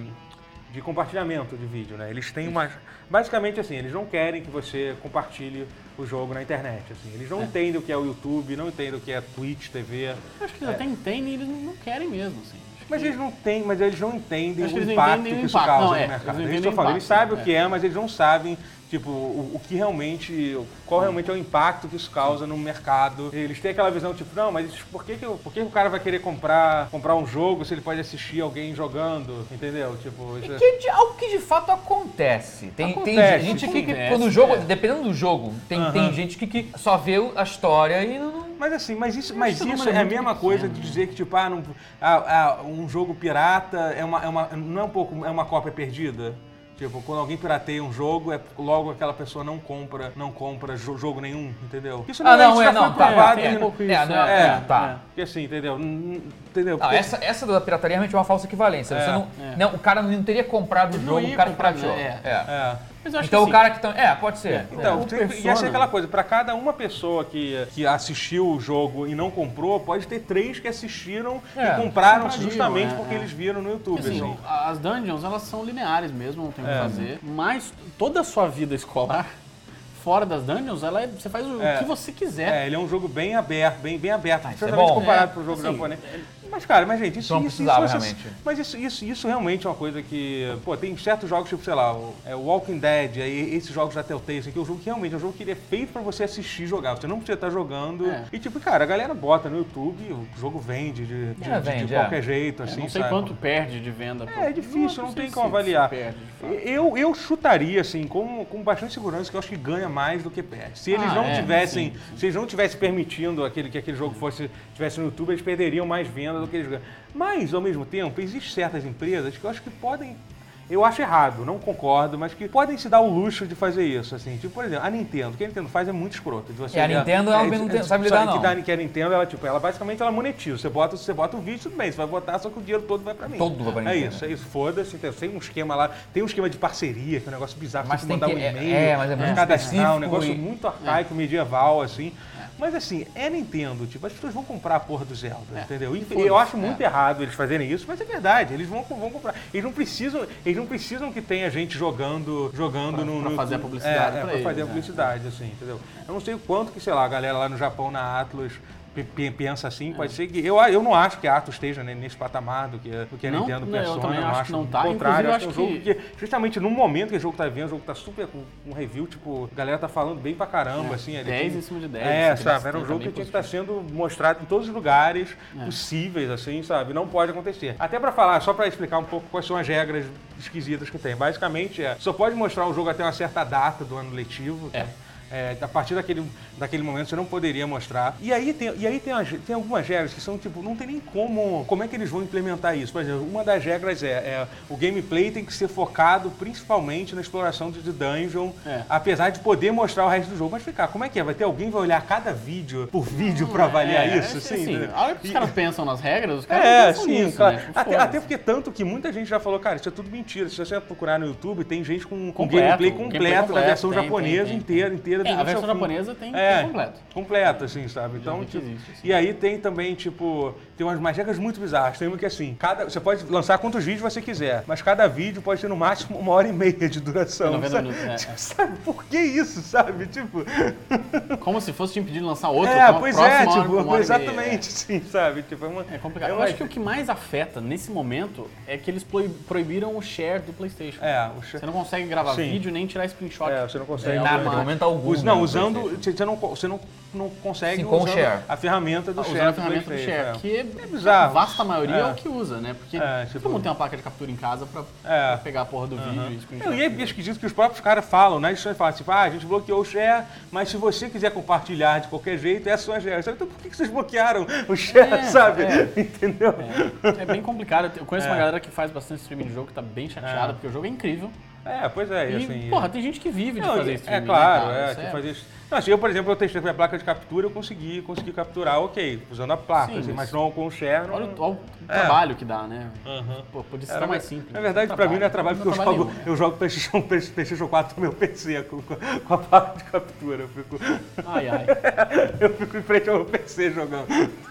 S1: de compartilhamento de vídeo, né? Eles têm uma... Basicamente assim, eles não querem que você compartilhe o jogo na internet, assim. Eles não entendem o que é o YouTube, não entendem o que é Twitch, TV...
S2: Eu acho que
S1: É.
S2: eles até entendem e eles não não querem mesmo, assim. Acho que-
S1: Mas eles não têm, mas eles não entendem
S2: Acho
S1: o
S2: que eles não
S1: impacto
S2: entendem o
S1: que isso
S2: impacto.
S1: causa
S2: Não,
S1: no
S2: é, eles
S1: mercado.
S2: não
S1: Eles,
S2: entendem
S1: estão
S2: o
S1: falando, eles
S2: impacto,
S1: sabem o
S2: é.
S1: que é, mas eles não sabem tipo o, o que realmente, qual realmente é o impacto que isso causa no mercado. Eles têm aquela visão tipo, não, mas por que que, eu- por que que o cara vai querer comprar, comprar um jogo se ele pode assistir alguém jogando, entendeu? Tipo, isso é-
S3: Que de- algo que de fato acontece. Tem, tem
S1: Acontece,
S3: gente aqui que,
S2: acontece,
S3: quando o jogo,
S2: é.
S3: dependendo do jogo, tem, tem gente que, que só vê o- a história e não.
S1: Mas assim, mas isso, mas
S2: que o
S1: isso
S2: número
S1: é
S2: é
S1: a
S2: muito
S1: mesma
S2: pequeno,
S1: coisa de dizer que, tipo, ah, não- ah, ah, um jogo pirata é uma, é uma- não é um pouco, é uma cópia perdida? Tipo, quando alguém pirateia um jogo, é logo aquela pessoa não compra, não compra jo- jogo nenhum, entendeu? Isso
S3: Ah, não,
S1: isso
S3: é,
S1: já
S3: não,
S1: foi
S3: tá,
S1: provado.
S2: tem
S1: e
S2: um pouco
S3: é,
S2: isso.
S3: não é-
S1: é,
S3: tá.
S1: E assim, entendeu? Hum, Entendeu?
S3: Não, essa, essa da pirataria é realmente é uma falsa equivalência. Você
S1: É.
S3: não,
S2: É.
S3: não, o cara não teria comprado o
S2: Não
S3: jogo,
S2: ia
S3: o cara que
S2: comprar,
S3: pirateou.
S2: né?
S3: É.
S1: É.
S2: Mas eu
S3: Então
S2: acho que,
S3: o
S2: assim,
S3: cara que tá. É, pode ser.
S2: É.
S3: É.
S1: Então,
S2: O
S1: tem- e
S2: Persona-
S1: essa é aquela coisa, pra cada uma pessoa que, que assistiu o jogo e não comprou, pode ter três que assistiram
S3: É,
S1: e compraram
S2: comprariam,
S1: justamente
S2: é,
S1: porque
S2: é.
S1: eles viram no
S3: um
S1: YouTube.
S2: Assim,
S1: assim.
S2: a- as dungeons, elas são lineares mesmo, não tem
S1: É.
S2: o que fazer. Mas toda a sua vida escolar, fora das dungeons, ela é- você faz o
S1: É.
S2: que você quiser.
S1: É, ele é um jogo bem aberto, bem, bem aberto,
S3: isso é
S1: especialmente
S3: bom.
S1: comparado
S2: É,
S1: pro jogo
S2: assim,
S1: japonês. Mas, cara, mas, gente, isso,
S3: Não
S1: isso, isso,
S3: precisava,
S1: isso- assim,
S3: realmente.
S1: mas isso, isso, isso realmente é uma coisa que. Pô, tem certos jogos, tipo, sei lá, o é, o Walking Dead, é, e- esses jogos da Telltale, isso aqui, é um jogo que realmente é um jogo que ele é feito pra você assistir e jogar. Você não precisa estar jogando.
S2: É.
S1: E, tipo, cara, a galera bota no YouTube, o jogo vende de, de-
S3: É,
S1: de- de
S3: vende, é.
S1: qualquer jeito,
S2: É,
S1: assim.
S2: não sei
S1: sabe?
S2: quanto perde de venda.
S3: né,
S2: pô.
S1: É, é difícil, não,
S2: sei
S1: tem
S2: se-
S1: como
S2: se
S1: avaliar.
S2: perde, de fato.
S1: Eu, eu chutaria, assim, com, com bastante segurança, que eu acho que ganha mais do que perde. Se eles
S2: Ah,
S1: não
S2: é,
S1: tivessem.
S2: sim,
S1: Se eles não tivessem permitindo aquele, que aquele jogo fosse tivesse no YouTube, eles perderiam mais venda do que eles ganham. Mas, ao mesmo tempo, existem certas empresas que eu acho que podem. Eu acho errado, não concordo, mas que podem se dar o luxo de fazer isso, assim. Tipo, por exemplo, a Nintendo. O que a Nintendo faz é muito escroto. De você
S3: É, a Nintendo, ela não tem- sabe lidar,
S1: só que
S3: não.
S1: da- Que a Nintendo, ela, tipo, ela basicamente ela monetiza. Você bota, você bota o vídeo, tudo bem. Você vai botar, só que o dinheiro todo vai pra mim.
S3: Todo vai pra né?
S1: É
S3: Nintendo.
S1: isso, é isso, foda-se, entendeu? tem um esquema lá, tem um esquema de parceria, que é um negócio bizarro,
S3: Mas
S1: você
S3: tem
S1: tem que mandar
S3: que-
S1: um
S3: é-
S1: e-mail,
S3: é, mas é muito
S1: cadastrar,
S3: específico
S1: um negócio
S3: e- é.
S1: muito arcaico, medieval, assim. Mas assim, é Nintendo, tipo, as pessoas vão comprar a porra do Zelda,
S3: É.
S1: entendeu? E eu acho muito errado eles fazerem isso, mas é verdade, eles vão, vão comprar. Eles não precisam, eles não precisam que tenha gente jogando, jogando no,
S2: pra
S1: no-
S2: fazer a publicidade
S1: é, é,
S2: pra
S1: pra fazer a
S2: eles, né?
S1: publicidade, assim, entendeu? Eu não sei o quanto que, sei lá, a galera lá no Japão, na Atlas, pe- pe- pensa assim,
S2: É.
S1: pode ser que... Eu, eu não acho que a Atlas esteja né, nesse patamar do que, do que a
S2: Não,
S1: Nintendo
S2: não, eu
S1: Persona,
S2: também
S1: eu
S2: acho
S1: acho,
S2: que não
S1: pelo
S2: tá.
S1: contrário,
S2: Inclusive, eu
S1: que é um
S2: acho
S1: jogo que, justamente no momento que o jogo tá vendo, o jogo tá super com com um review, tipo, a galera tá falando bem pra caramba, assim. ele
S2: 10
S1: tem-
S2: É, em cima de 10,
S1: É,
S2: assim,
S1: sabe, era
S2: também
S1: um jogo que tinha que
S2: positivo. É.
S1: estar sendo mostrado em todos os lugares possíveis, assim, sabe, não pode acontecer. Até pra falar, só pra explicar um pouco quais são as regras esquisitas que tem. Basicamente, é, só pode mostrar o jogo até uma certa data do ano letivo, tá? É, a partir daquele, daquele momento você não poderia mostrar. E aí, tem, e aí tem, as- tem algumas regras que são tipo, não tem nem como. Como é que eles vão implementar isso? Por exemplo, uma das regras é, é, o gameplay tem que ser focado principalmente na exploração de de dungeon,
S2: É.
S1: apesar de poder mostrar o resto do jogo. Mas ficar, como é que é? Vai ter alguém que vai olhar cada vídeo por vídeo pra avaliar
S2: É,
S1: isso?
S2: assim,
S1: Sim, né? entendeu?
S2: a hora que os caras pensam nas regras, os caras
S1: É,
S2: pensam
S1: sim,
S2: nisso,
S1: claro.
S2: né? Tipo,
S1: até,
S2: foda-se.
S1: até porque tanto que muita gente já falou, cara, isso é tudo mentira. Se você procurar no YouTube, tem gente com, com
S2: Completo,
S1: gameplay
S2: gameplay
S1: completo da versão
S2: completo, tem,
S1: japonesa
S2: tem, tem,
S1: inteira, inteira, brasileira do
S2: É, a
S1: início ao
S2: versão
S1: fim.
S2: japonesa tem, tem
S1: É.
S2: completo.
S1: Completa, assim, sabe? Então,
S2: vi que
S1: tipo,
S2: existe, assim.
S1: E aí tem também, tipo, tem umas mais regras muito bizarras. Tem uma que assim, cada. Você pode lançar quantos vídeos você quiser, mas cada vídeo pode ter no máximo uma hora e meia de duração.
S2: 90
S1: sabe?
S2: minutos, né?
S1: Tipo, sabe, por que isso, sabe? Tipo.
S2: Como se fosse te impedir de lançar outro.
S1: é,
S2: com a
S1: pois
S2: próxima
S1: é,
S2: hora-
S1: tipo,
S2: uma hora e meia.
S1: exatamente, sim, sabe? Tipo, é uma.
S2: É complicado.
S1: é
S2: Eu
S1: uma-
S2: acho que o que mais afeta nesse momento é que eles ploi- proibiram o share do PlayStation.
S1: É, o che-
S2: tipo, Você não consegue gravar
S1: Sim.
S2: vídeo nem tirar screenshot.
S1: É, você não consegue.
S2: É,
S1: usar-
S3: Nada, em momento algum.
S1: Us-
S3: né,
S1: Não,
S3: no
S1: usando.
S3: PlayStation.
S1: Você não, co- você não, não consegue
S3: Sim, com o
S1: usando
S3: share.
S1: a ferramenta do share.
S2: Ah, usando a ferramenta do
S1: PlayStation,
S2: share,
S1: é.
S2: que
S1: É bizarro.
S2: a vasta maioria é.
S1: É.
S2: o que usa, né? Porque
S1: É, tipo-
S2: todo mundo tem uma placa de captura em casa pra,
S1: É.
S2: pra pegar a porra do vídeo e
S1: Não,
S2: screenshot.
S1: e é meio esquisito que os próprios caras falam, né? Eles só falam tipo, ah, a gente bloqueou o share, mas se você quiser compartilhar de qualquer jeito, é só share. Sabe? Então por que que vocês bloquearam o share,
S2: É,
S1: sabe?
S2: é.
S1: Entendeu?
S2: É bem complicado. Eu conheço uma galera que faz bastante streaming de jogo que tá bem chateada,
S1: É.
S2: porque o jogo é incrível.
S1: É, pois é.
S2: E,
S1: E, assim,
S2: porra, tem gente que vive de
S1: não,
S2: fazer
S1: e-
S2: streaming.
S1: É claro,
S2: né, cara?
S1: é.
S2: Isso
S1: que fazer isso. Não, assim, eu, por exemplo, eu testei com a placa de captura, eu consegui, consegui capturar, ok, usando a placa,
S2: Sim,
S1: assim,
S2: mas-
S1: mas não com o share. Não...
S2: Olha o, olha o
S1: É.
S2: trabalho que dá, né?
S1: Aham.
S2: Pô, podia ser
S1: Era-
S2: Tá mais simples.
S1: Na verdade, pra mim não é trabalho, porque eu
S2: trabalho
S1: jogo,
S2: nenhum, né?
S1: eu jogo PlayStation, PlayStation 4 no meu PC com, com a- com a placa de captura. Eu fico,
S2: Ai, ai.
S1: Eu fico em frente ao meu PC jogando.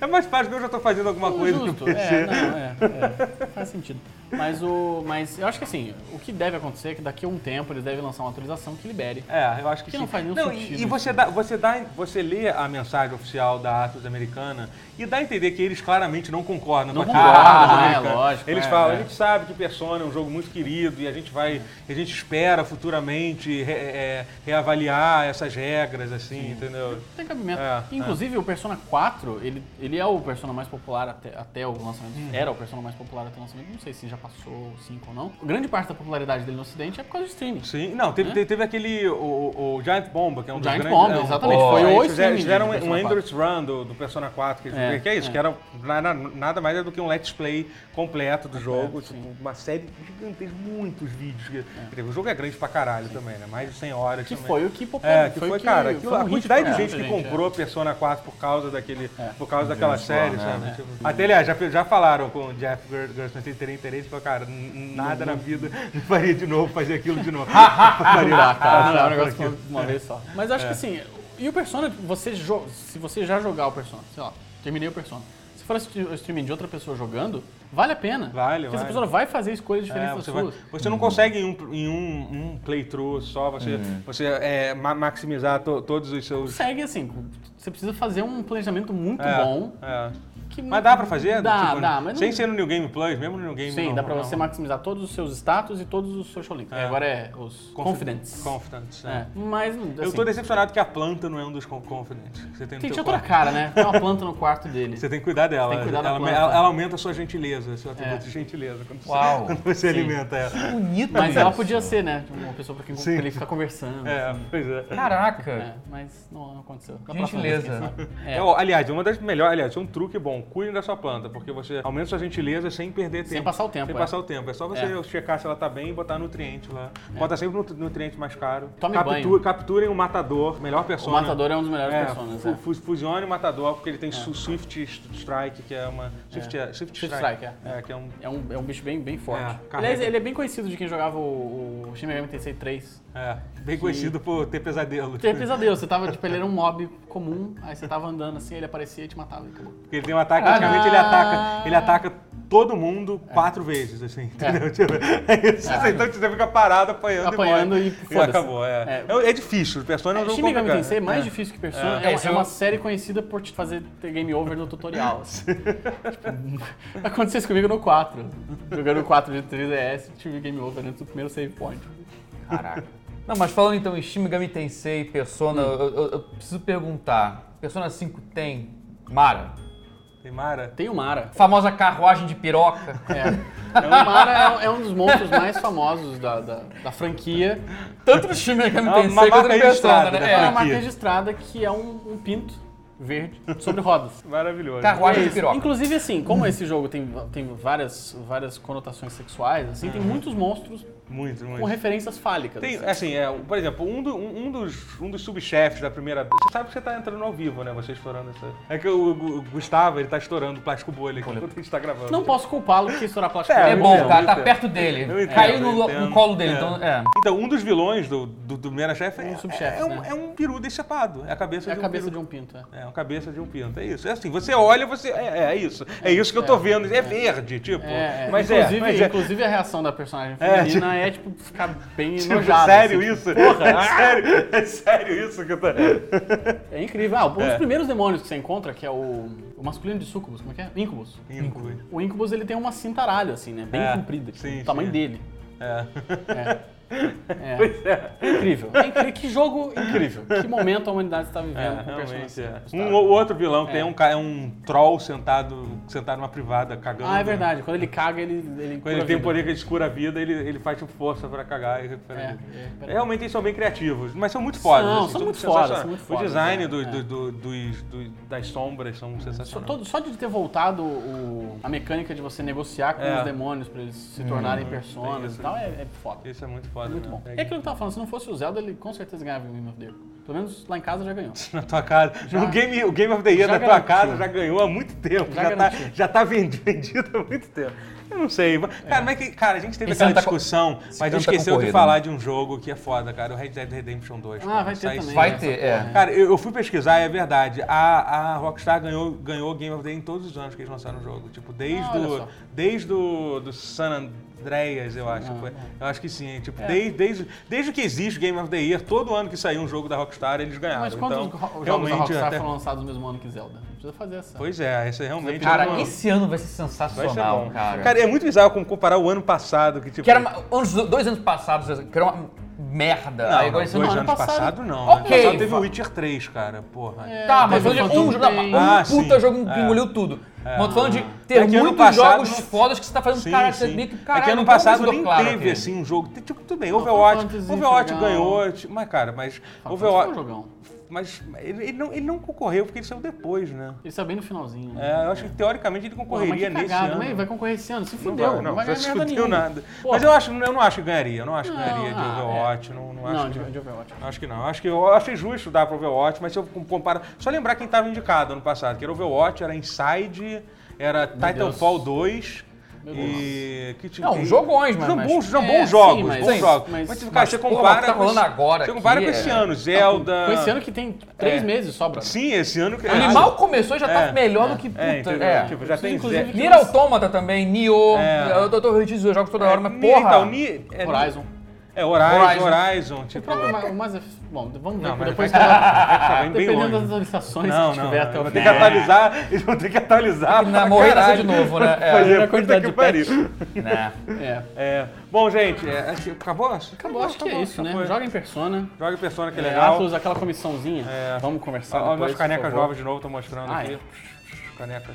S1: É mais fácil que eu já tô fazendo alguma coisa no
S2: Justo,
S1: PC.
S2: é, não, é, é, faz sentido. Mas, o, mas eu acho que assim, o que deve acontecer é que daqui a um tempo eles devem lançar uma atualização que libere.
S1: É, eu acho que,
S2: Que
S1: sim.
S2: não faz nenhum
S1: e-
S2: sentido
S1: E,
S2: isso.
S1: você, dá, você, dá, você lê a mensagem oficial da Atos Americana e dá a entender que eles claramente não concordam
S2: Não
S1: com aquilo da Atos
S2: concordam, né?
S1: Americana.
S2: Lógico,
S1: Eles
S2: é,
S1: falam,
S2: é.
S1: a gente sabe que Persona é um jogo muito querido e a gente vai, a gente espera futuramente re- é, reavaliar essas regras, assim, entendeu?
S2: Não Tem cabimento.
S1: É,
S2: Inclusive, o Persona 4, ele, ele é o Persona mais popular até, até o lançamento.
S1: Uhum.
S2: Era o Persona mais popular até o lançamento. Não sei se já passou o 5 ou não. Grande parte da popularidade dele no ocidente é por causa do streaming.
S1: Sim, não, teve, teve- teve aquele, o, o- o Giant Bomba, que é um
S2: O
S1: dos
S2: Giant
S1: grandes...
S2: Bomba,
S1: é, um-
S2: exatamente.
S1: Pô,
S2: Foi
S1: aí
S2: o
S1: eles fizeram-
S2: streaming
S1: fizeram
S2: do
S1: um, um
S2: Persona
S1: Endless Run do, do Persona 4, que, eles-
S2: É,
S1: que é isso,
S2: é.
S1: que era nada, nada mais do que um let's play completo do jogo,
S2: É, sim.
S1: tipo, uma série gigantesca, muitos vídeos. que- quer dizer, O jogo é grande pra caralho também, né? Mais de 100 horas
S2: Que
S1: também.
S2: foi o que um popularizou.
S1: É, que foi, cara, aquilo- a quantidade de gente que
S2: comprou
S1: comprou Persona 4 por causa daquele,
S2: É.
S1: por causa daquela
S3: Deus,
S1: série,
S3: né?
S1: sabe?
S3: É.
S1: Tipo, até, aliás, já, já falaram com o Jeff Gerstmann, se terem interesse, falou, cara, n- nada na vida faria de novo, fazer aquilo de novo.
S2: Não dá, cara. é. Não, é um negócio
S1: porque-
S2: uma, uma vez só. Mas acho
S1: É.
S2: que assim, e o Persona, você jo- se você já jogar o Persona, sei lá, terminei o Persona. Se for assistir o streaming de outra pessoa jogando, vale a pena.
S1: Vale,
S2: Porque essa
S1: vale.
S2: pessoa vai fazer escolhas diferentes
S1: É,
S2: das
S1: você, vai-
S2: suas.
S1: você não consegue em um, em um, um playthrough só, você,
S2: Uhum.
S1: você é, ma- maximizar to- todos os seus.
S2: Segue assim, você precisa fazer um planejamento muito
S1: É,
S2: bom.
S1: é.
S2: que
S1: Mas
S2: não-
S1: dá pra fazer?
S2: Dá,
S1: Tipo,
S2: dá, mas não-
S1: Sem ser no New Game Plus, mesmo no New Game
S2: Sim,
S1: não-
S2: dá pra
S1: não.
S2: você maximizar todos os seus status e todos os social links.
S1: É.
S2: Agora é os confidence.
S1: Confidence, é.
S2: É, Mas
S1: Eu tô decepcionado que a planta não é um dos con- confidence que você tem no
S2: Tem que ter
S1: teu
S2: outra
S1: quarto.
S2: cara, né? Tem uma planta no quarto dele.
S1: Você tem que cuidar dela. né?
S2: Tem que cuidar da
S1: ela,
S2: planta.
S1: ela- ela aumenta a sua gentileza, seu atributo
S2: É.
S1: de gentileza quando você,
S3: Uau.
S1: quando você alimenta ela.
S3: Bonito
S2: Mas ela
S3: isso.
S2: podia ser, né? Uma pessoa pra quem
S1: tá Sim.
S2: ele fica conversando.
S1: É,
S2: assim.
S1: pois é.
S3: Caraca.
S2: É, mas não, não aconteceu. Na próxima vez, quem
S3: Gentileza.
S2: sabe. É,
S1: É, ó, aliás, uma das melhores, aliás, um truque bom, cuide da sua planta, porque você aumenta sua gentileza sem perder tempo.
S2: Sem passar o tempo,
S1: Sem
S2: é.
S1: passar o tempo. É só você
S2: É.
S1: checar se ela tá bem e botar nutriente lá. Bota sempre nut- nutriente mais caro.
S2: Tome
S1: Capture-
S2: banho.
S1: Capturem o matador, melhor
S2: o
S1: persona.
S2: Matador é um dos melhores
S1: É,
S2: personagens.
S1: fu-
S2: É.
S1: fu- fusione o matador, porque ele tem su- Swift Strike, que é uma. Swift, é- Swift
S2: Swift
S1: Strike.
S2: Strike,
S1: é. que é um.
S2: É um, é um bicho bem, bem forte.
S1: É,
S2: Aliás,
S1: carrega.
S2: ele é bem conhecido de quem jogava o, o Shin Megami Tensei 3.
S1: É, bem conhecido por ter pesadelo.
S2: Tem pesadelo, você tava, tipo, ele era um mob comum, aí você tava andando assim, ele aparecia e te matava. e acabou.
S1: Porque ele tem um ataque,
S2: Ah,
S1: praticamente ele
S2: não.
S1: ataca, ele ataca todo mundo quatro vezes, assim, entendeu? Tipo, É. isso, então você fica parado apanhando,
S2: Apanhando
S1: e,
S2: e
S1: morre.
S2: foda-se.
S1: acabou, é. É, é difícil, o Persona é um
S2: É,
S1: jogo
S2: Shin Megami
S1: complicado.
S2: Tensei é mais difícil que Persona.
S3: É.
S2: É,
S3: É,
S2: uma,
S3: isso
S2: é uma
S3: eu-
S2: série conhecida por te fazer ter game over no tutorial. assim. Tipo, aconteceu isso comigo no 4. Jogando o 4 de 3DS, tive game over antes do primeiro save point.
S3: Caraca. Não, mas falando então em Shin Megami Tensei, Persona,
S2: Hum.
S3: eu, eu- eu preciso perguntar. Persona 5 tem Mara?
S1: Tem Mara?
S2: Tem o Mara.
S3: Famosa carruagem de piroca.
S2: É. O Mara é, é um dos monstros mais famosos da, da, da franquia.
S3: Tanto no Shin Megami
S1: É uma
S3: Tensei quanto
S1: marca
S3: no
S1: registrada,
S3: Persona, né?
S1: né?
S2: É uma
S3: É.
S1: Franquia.
S2: marca registrada que é um, um pinto verde sobre rodas.
S1: Maravilhoso.
S3: Carruagem
S2: É
S3: de
S2: isso.
S3: piroca.
S2: Inclusive, assim, como esse jogo tem, tem várias, várias conotações sexuais, assim, tem muitos monstros
S1: Muito,
S2: com
S1: muito.
S2: referências fálicas.
S1: Uhum. Tem,
S2: assim.
S1: assim, é, por exemplo, um, do- um- um dos, um dos subchefes da primeira. Você sabe que você tá entrando ao vivo, né? Você estourando essa. É que o, Gu- o Gustavo, ele tá estourando o plástico bolha aqui enquanto a gente tá gravando.
S2: Não posso culpá-lo porque estourar plástico
S1: É,
S3: É
S1: eu
S3: bom,
S1: entendo,
S3: cara,
S1: eu
S3: tá
S1: entendo.
S3: perto dele.
S1: Eu entendo,
S3: Caiu no,
S1: eu
S3: lo-
S1: entendo.
S3: no colo dele,
S1: É.
S3: então é.
S1: Então, um dos vilões do, do, do primeira chefe é,
S2: Um subchefe,
S1: é, um,
S2: né?
S1: é um peru decepado. É a cabeça
S2: É a
S1: de um
S2: cabeça
S1: peru.
S2: de um pinto, é.
S1: É, uma cabeça de um pinto, é isso. É assim, você olha, você. É, é isso. É isso que eu tô vendo. É verde, tipo.
S2: É, é.
S1: mas
S2: inclusive,
S1: é. Mas é.
S2: inclusive a reação da personagem
S1: É,
S2: feminina é, tipo, ficar bem
S1: Tipo,
S2: enojada.
S1: sério
S2: assim, tipo,
S1: isso?
S2: Porra,
S1: é sério, é sério isso que eu tô.
S2: É incrível. Ah, um dos
S1: É.
S2: primeiros demônios que você encontra, que é o, o masculino de Sucubus, como é que é? Incubus.
S1: Inclui.
S2: O Incubus, ele tem uma cintaralho, assim, né? Bem
S1: É.
S2: comprida, tipo,
S1: Sim,
S2: do tamanho
S1: sim.
S2: dele.
S1: É.
S2: É. Incrível. É incrível. Que jogo incrível. Que momento a humanidade está vivendo
S1: É,
S2: com o
S1: realmente
S2: personagem.
S1: é.
S2: Gustavo.
S1: Um ou outro vilão que
S2: É.
S1: tem um, ca- é um troll sentado, sentado numa privada, cagando.
S2: Ah, é
S1: né?
S2: verdade. Quando ele caga, ele. ele
S1: Quando ele tem o poder que ele escura a vida, ele, ele faz tipo, força pra cagar e recuperar
S2: É,
S1: a vida.
S2: é, peraí.
S1: Realmente eles são bem criativos, mas são muito fodas.
S2: São,
S1: assim,
S2: são muito
S1: sensacionais.
S2: fodas, são muito
S1: O
S2: fodas,
S1: design
S2: é,
S1: do-
S2: é.
S1: do- do- dos- do- das sombras são
S2: Só,
S1: sensacionais.
S2: todo- só de ter voltado o- a mecânica de você negociar com
S1: É.
S2: os demônios pra eles se tornarem personas
S1: isso.
S2: e tal é, é foda.
S1: Isso é muito foda.
S2: Muito
S1: mesmo.
S2: bom.
S1: É
S2: E aquilo que eu tava falando, se não fosse o Zelda, ele com certeza ganhava o Game of the Year. Pelo menos lá em casa já ganhou.
S1: na tua casa. O, game, o Game of the Year
S2: Já
S1: da tua
S2: garantiu.
S1: casa já ganhou há muito tempo.
S2: Já
S1: Já, tá,
S2: garantiu. É.
S1: já tá vendido, vendido há muito tempo. Eu não sei. mas- Cara, mas é que, cara, a gente teve
S3: Esse
S1: aquela
S3: ano tá co-
S1: discussão,
S3: esse
S1: mas a
S3: ano
S1: gente
S3: tá
S1: esqueceu de
S3: concorrido,
S1: falar de um jogo que é foda, cara. O Red Dead Redemption 2.
S2: Ah,
S1: cara.
S2: vai ter
S1: Sai-
S2: também.
S3: Vai
S2: essa
S3: ter,
S2: porra,
S3: é.
S2: né?
S1: Cara, eu, eu fui pesquisar, é verdade. A, a Rockstar ganhou, ganhou o Game of the Year em todos os anos que eles lançaram o jogo. Tipo, desde,
S2: Ah, olha
S1: o,
S2: só.
S1: desde o do San Andreas, eu
S2: Ah,
S1: acho. que foi. Eu acho que sim. Tipo,
S2: É.
S1: desde, desde, desde que existe o Game of the Year, todo ano que saiu um jogo da Rockstar, eles ganharam.
S2: Mas quantos
S1: então,
S2: ro- jogos
S1: realmente,
S2: da Rockstar
S1: até-
S2: foram lançados no mesmo ano que Zelda? Não precisa fazer essa.
S1: Pois é, esse é realmente...
S3: Cara,
S1: uma-
S3: esse ano vai ser
S1: vai ser
S3: sensacional,
S1: bom.
S3: cara.
S1: é muito bizarro como comparar o ano passado, que tipo...
S3: Que era uma- uns dois anos passados, que era uma merda.
S1: Não,
S3: Aí
S1: não,
S3: agora
S1: dois
S3: Ah, esse ano-
S1: anos
S2: ano
S1: passado,
S2: passado-
S1: não.
S3: Ok.
S1: Ano passado teve
S3: Fa-
S1: o Witcher 3, cara, porra.
S2: É,
S3: Tá, mas
S2: teve
S3: hoje é
S2: Phantom
S3: um, jogo-
S2: Pain.
S1: Ah,
S3: um puta
S1: sim.
S3: jogo
S1: É.
S3: que engoliu tudo. Mas tô falando de
S1: É
S3: ter
S1: que ano
S3: muitos
S1: passado
S3: jogos
S1: não-
S3: fodas que você tá fazendo,
S1: Sim,
S3: caralho,
S1: sim.
S3: você meio que
S1: é
S3: caralho.
S1: que ano
S3: não tem um
S1: passado
S3: jogo
S1: nem
S3: claro
S1: teve
S3: aqui.
S1: assim um jogo. Tipo, tudo bem,
S2: Final
S1: Overwatch.
S2: Fantasy,
S1: Overwatch
S2: jogão.
S1: ganhou. tipo, Mas, cara, mas.
S2: Final Fantasy foi um
S1: Overwatch.
S2: jogão.
S1: Mas ele, ele não, ele não concorreu porque ele saiu depois, né?
S2: Ele saiu bem no finalzinho. né?
S1: É, eu acho que teoricamente ele
S2: Porra, mas
S1: concorreria
S2: que
S1: nesse
S2: cagado, mas
S1: ano.
S2: vai concorrer esse ano, se
S1: Não
S2: fudeu,
S1: vai, não,
S2: vai
S1: já
S2: ganhar
S1: se
S2: merda
S1: fudeu
S2: nenhuma.
S1: nada.
S2: Porra.
S1: Mas eu acho, eu não acho que ganharia. Eu não acho que
S2: Não,
S1: ganharia de
S2: ah, é.
S1: Overwatch. Não, não acho.
S2: Não, é
S1: que-
S2: de, de Overwatch.
S1: Acho que não. Acho que eu acho justo dar pro Overwatch, mas se eu comparo. Só lembrar quem estava indicado ano passado, que era Overwatch, era Inside, era Titanfall 2.
S2: Meu
S1: E. Que, tipo,
S3: Não, jogões, mas-
S1: São
S3: mas-
S1: bons, são
S2: é,
S1: bons
S2: sim,
S1: jogos,
S2: mas-
S1: bons
S2: sim,
S1: jogos.
S2: mas-
S1: Mas, tipo, cara,
S3: mas,
S1: você
S3: pô,
S1: compara.
S3: o que tá
S1: com esse-
S3: rolando agora
S1: Você compara
S3: aqui
S1: com esse
S3: é-
S1: ano, Zelda.
S2: Com esse ano que tá tem três
S1: É.
S2: meses né? só, brother.
S1: Sim, esse ano que.
S3: Ele mal começou e já
S1: É.
S3: tá melhor do que um puta.
S1: É, entendeu?
S3: é.
S1: Tipo, já tem
S2: Inclusive,
S1: Zelda.
S2: que
S3: Nier Automata também, Nioh.
S1: É.
S3: Eu tô- tô repetindo os jogos toda hora, é mas
S1: Ni-
S3: porra.
S1: então, Ni- é,
S2: Horizon.
S1: É, Horizon,
S3: Horizon.
S1: Horizon.
S2: O
S1: Tipo,
S2: problema, o Mass Effect- é Bom, vamos ver
S1: Não, mas
S2: depois.
S1: vai
S2: que-
S1: tá bem, bem
S2: Dependendo
S1: longe.
S2: das atualizações
S1: Não,
S2: que
S1: não,
S2: tiver até o
S1: não.
S2: fim.
S1: Tem que atualizar, eles vão ter que atualizar.
S3: Na
S1: pra
S3: morrer
S1: caralho.
S3: de novo, né? É.
S1: Pois é,
S2: Olha a
S1: puta
S2: quantidade de patch.
S1: pariu.
S3: Né.
S2: É.
S1: É. Bom, gente, é, acho que acabou?
S2: Acabou, acho que é isso,
S1: já
S2: né?
S1: foi.
S2: Joga em Persona.
S1: Joga em Persona, tá que é
S2: É,
S1: legal.
S2: Atlas, aquela comissãozinha.
S1: É.
S2: Vamos conversar
S1: Olha
S2: depois,
S1: as canecas
S2: por favor.
S1: novas de novo, tô mostrando
S2: Ah,
S1: aqui.
S2: é.
S1: Canecas.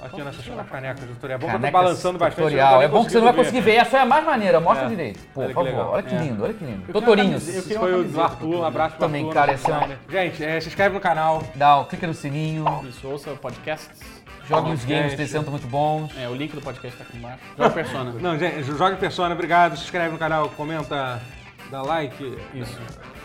S1: Aqui nessas canecas do tutorial. É bom que eu tô
S3: Canecas
S1: balançando bastante. eu
S3: tutorial.
S1: não tô
S3: É bom que você não vai conseguir
S1: conseguindo
S3: ver. Essa é a mais maneira. Mostra
S1: É.
S3: direito. Pô,
S1: Olha
S3: por
S1: que
S3: favor.
S1: legal.
S3: Olha que
S1: É.
S3: lindo, olha que lindo.
S2: quero
S3: Doutorinhos.
S2: camisa- eu
S1: Esse
S2: queria
S1: foi
S2: uma
S1: o do
S2: camiseta
S1: Arthur, abraço pro
S3: Também,
S1: Arthur,
S3: cara,
S1: nosso
S3: esse é um-
S1: designer. Gente, é, se inscreve no canal.
S3: Dá, clica no sininho.
S1: Tá
S2: Isso, ouça podcasts.
S3: Joga os
S1: Podcast.
S3: games, eles são muito bons.
S2: É, o link do podcast tá aqui embaixo. Joga Persona.
S1: Não, gente, joga em Persona, obrigado. Se inscreve no canal, comenta, dá like.
S2: Isso.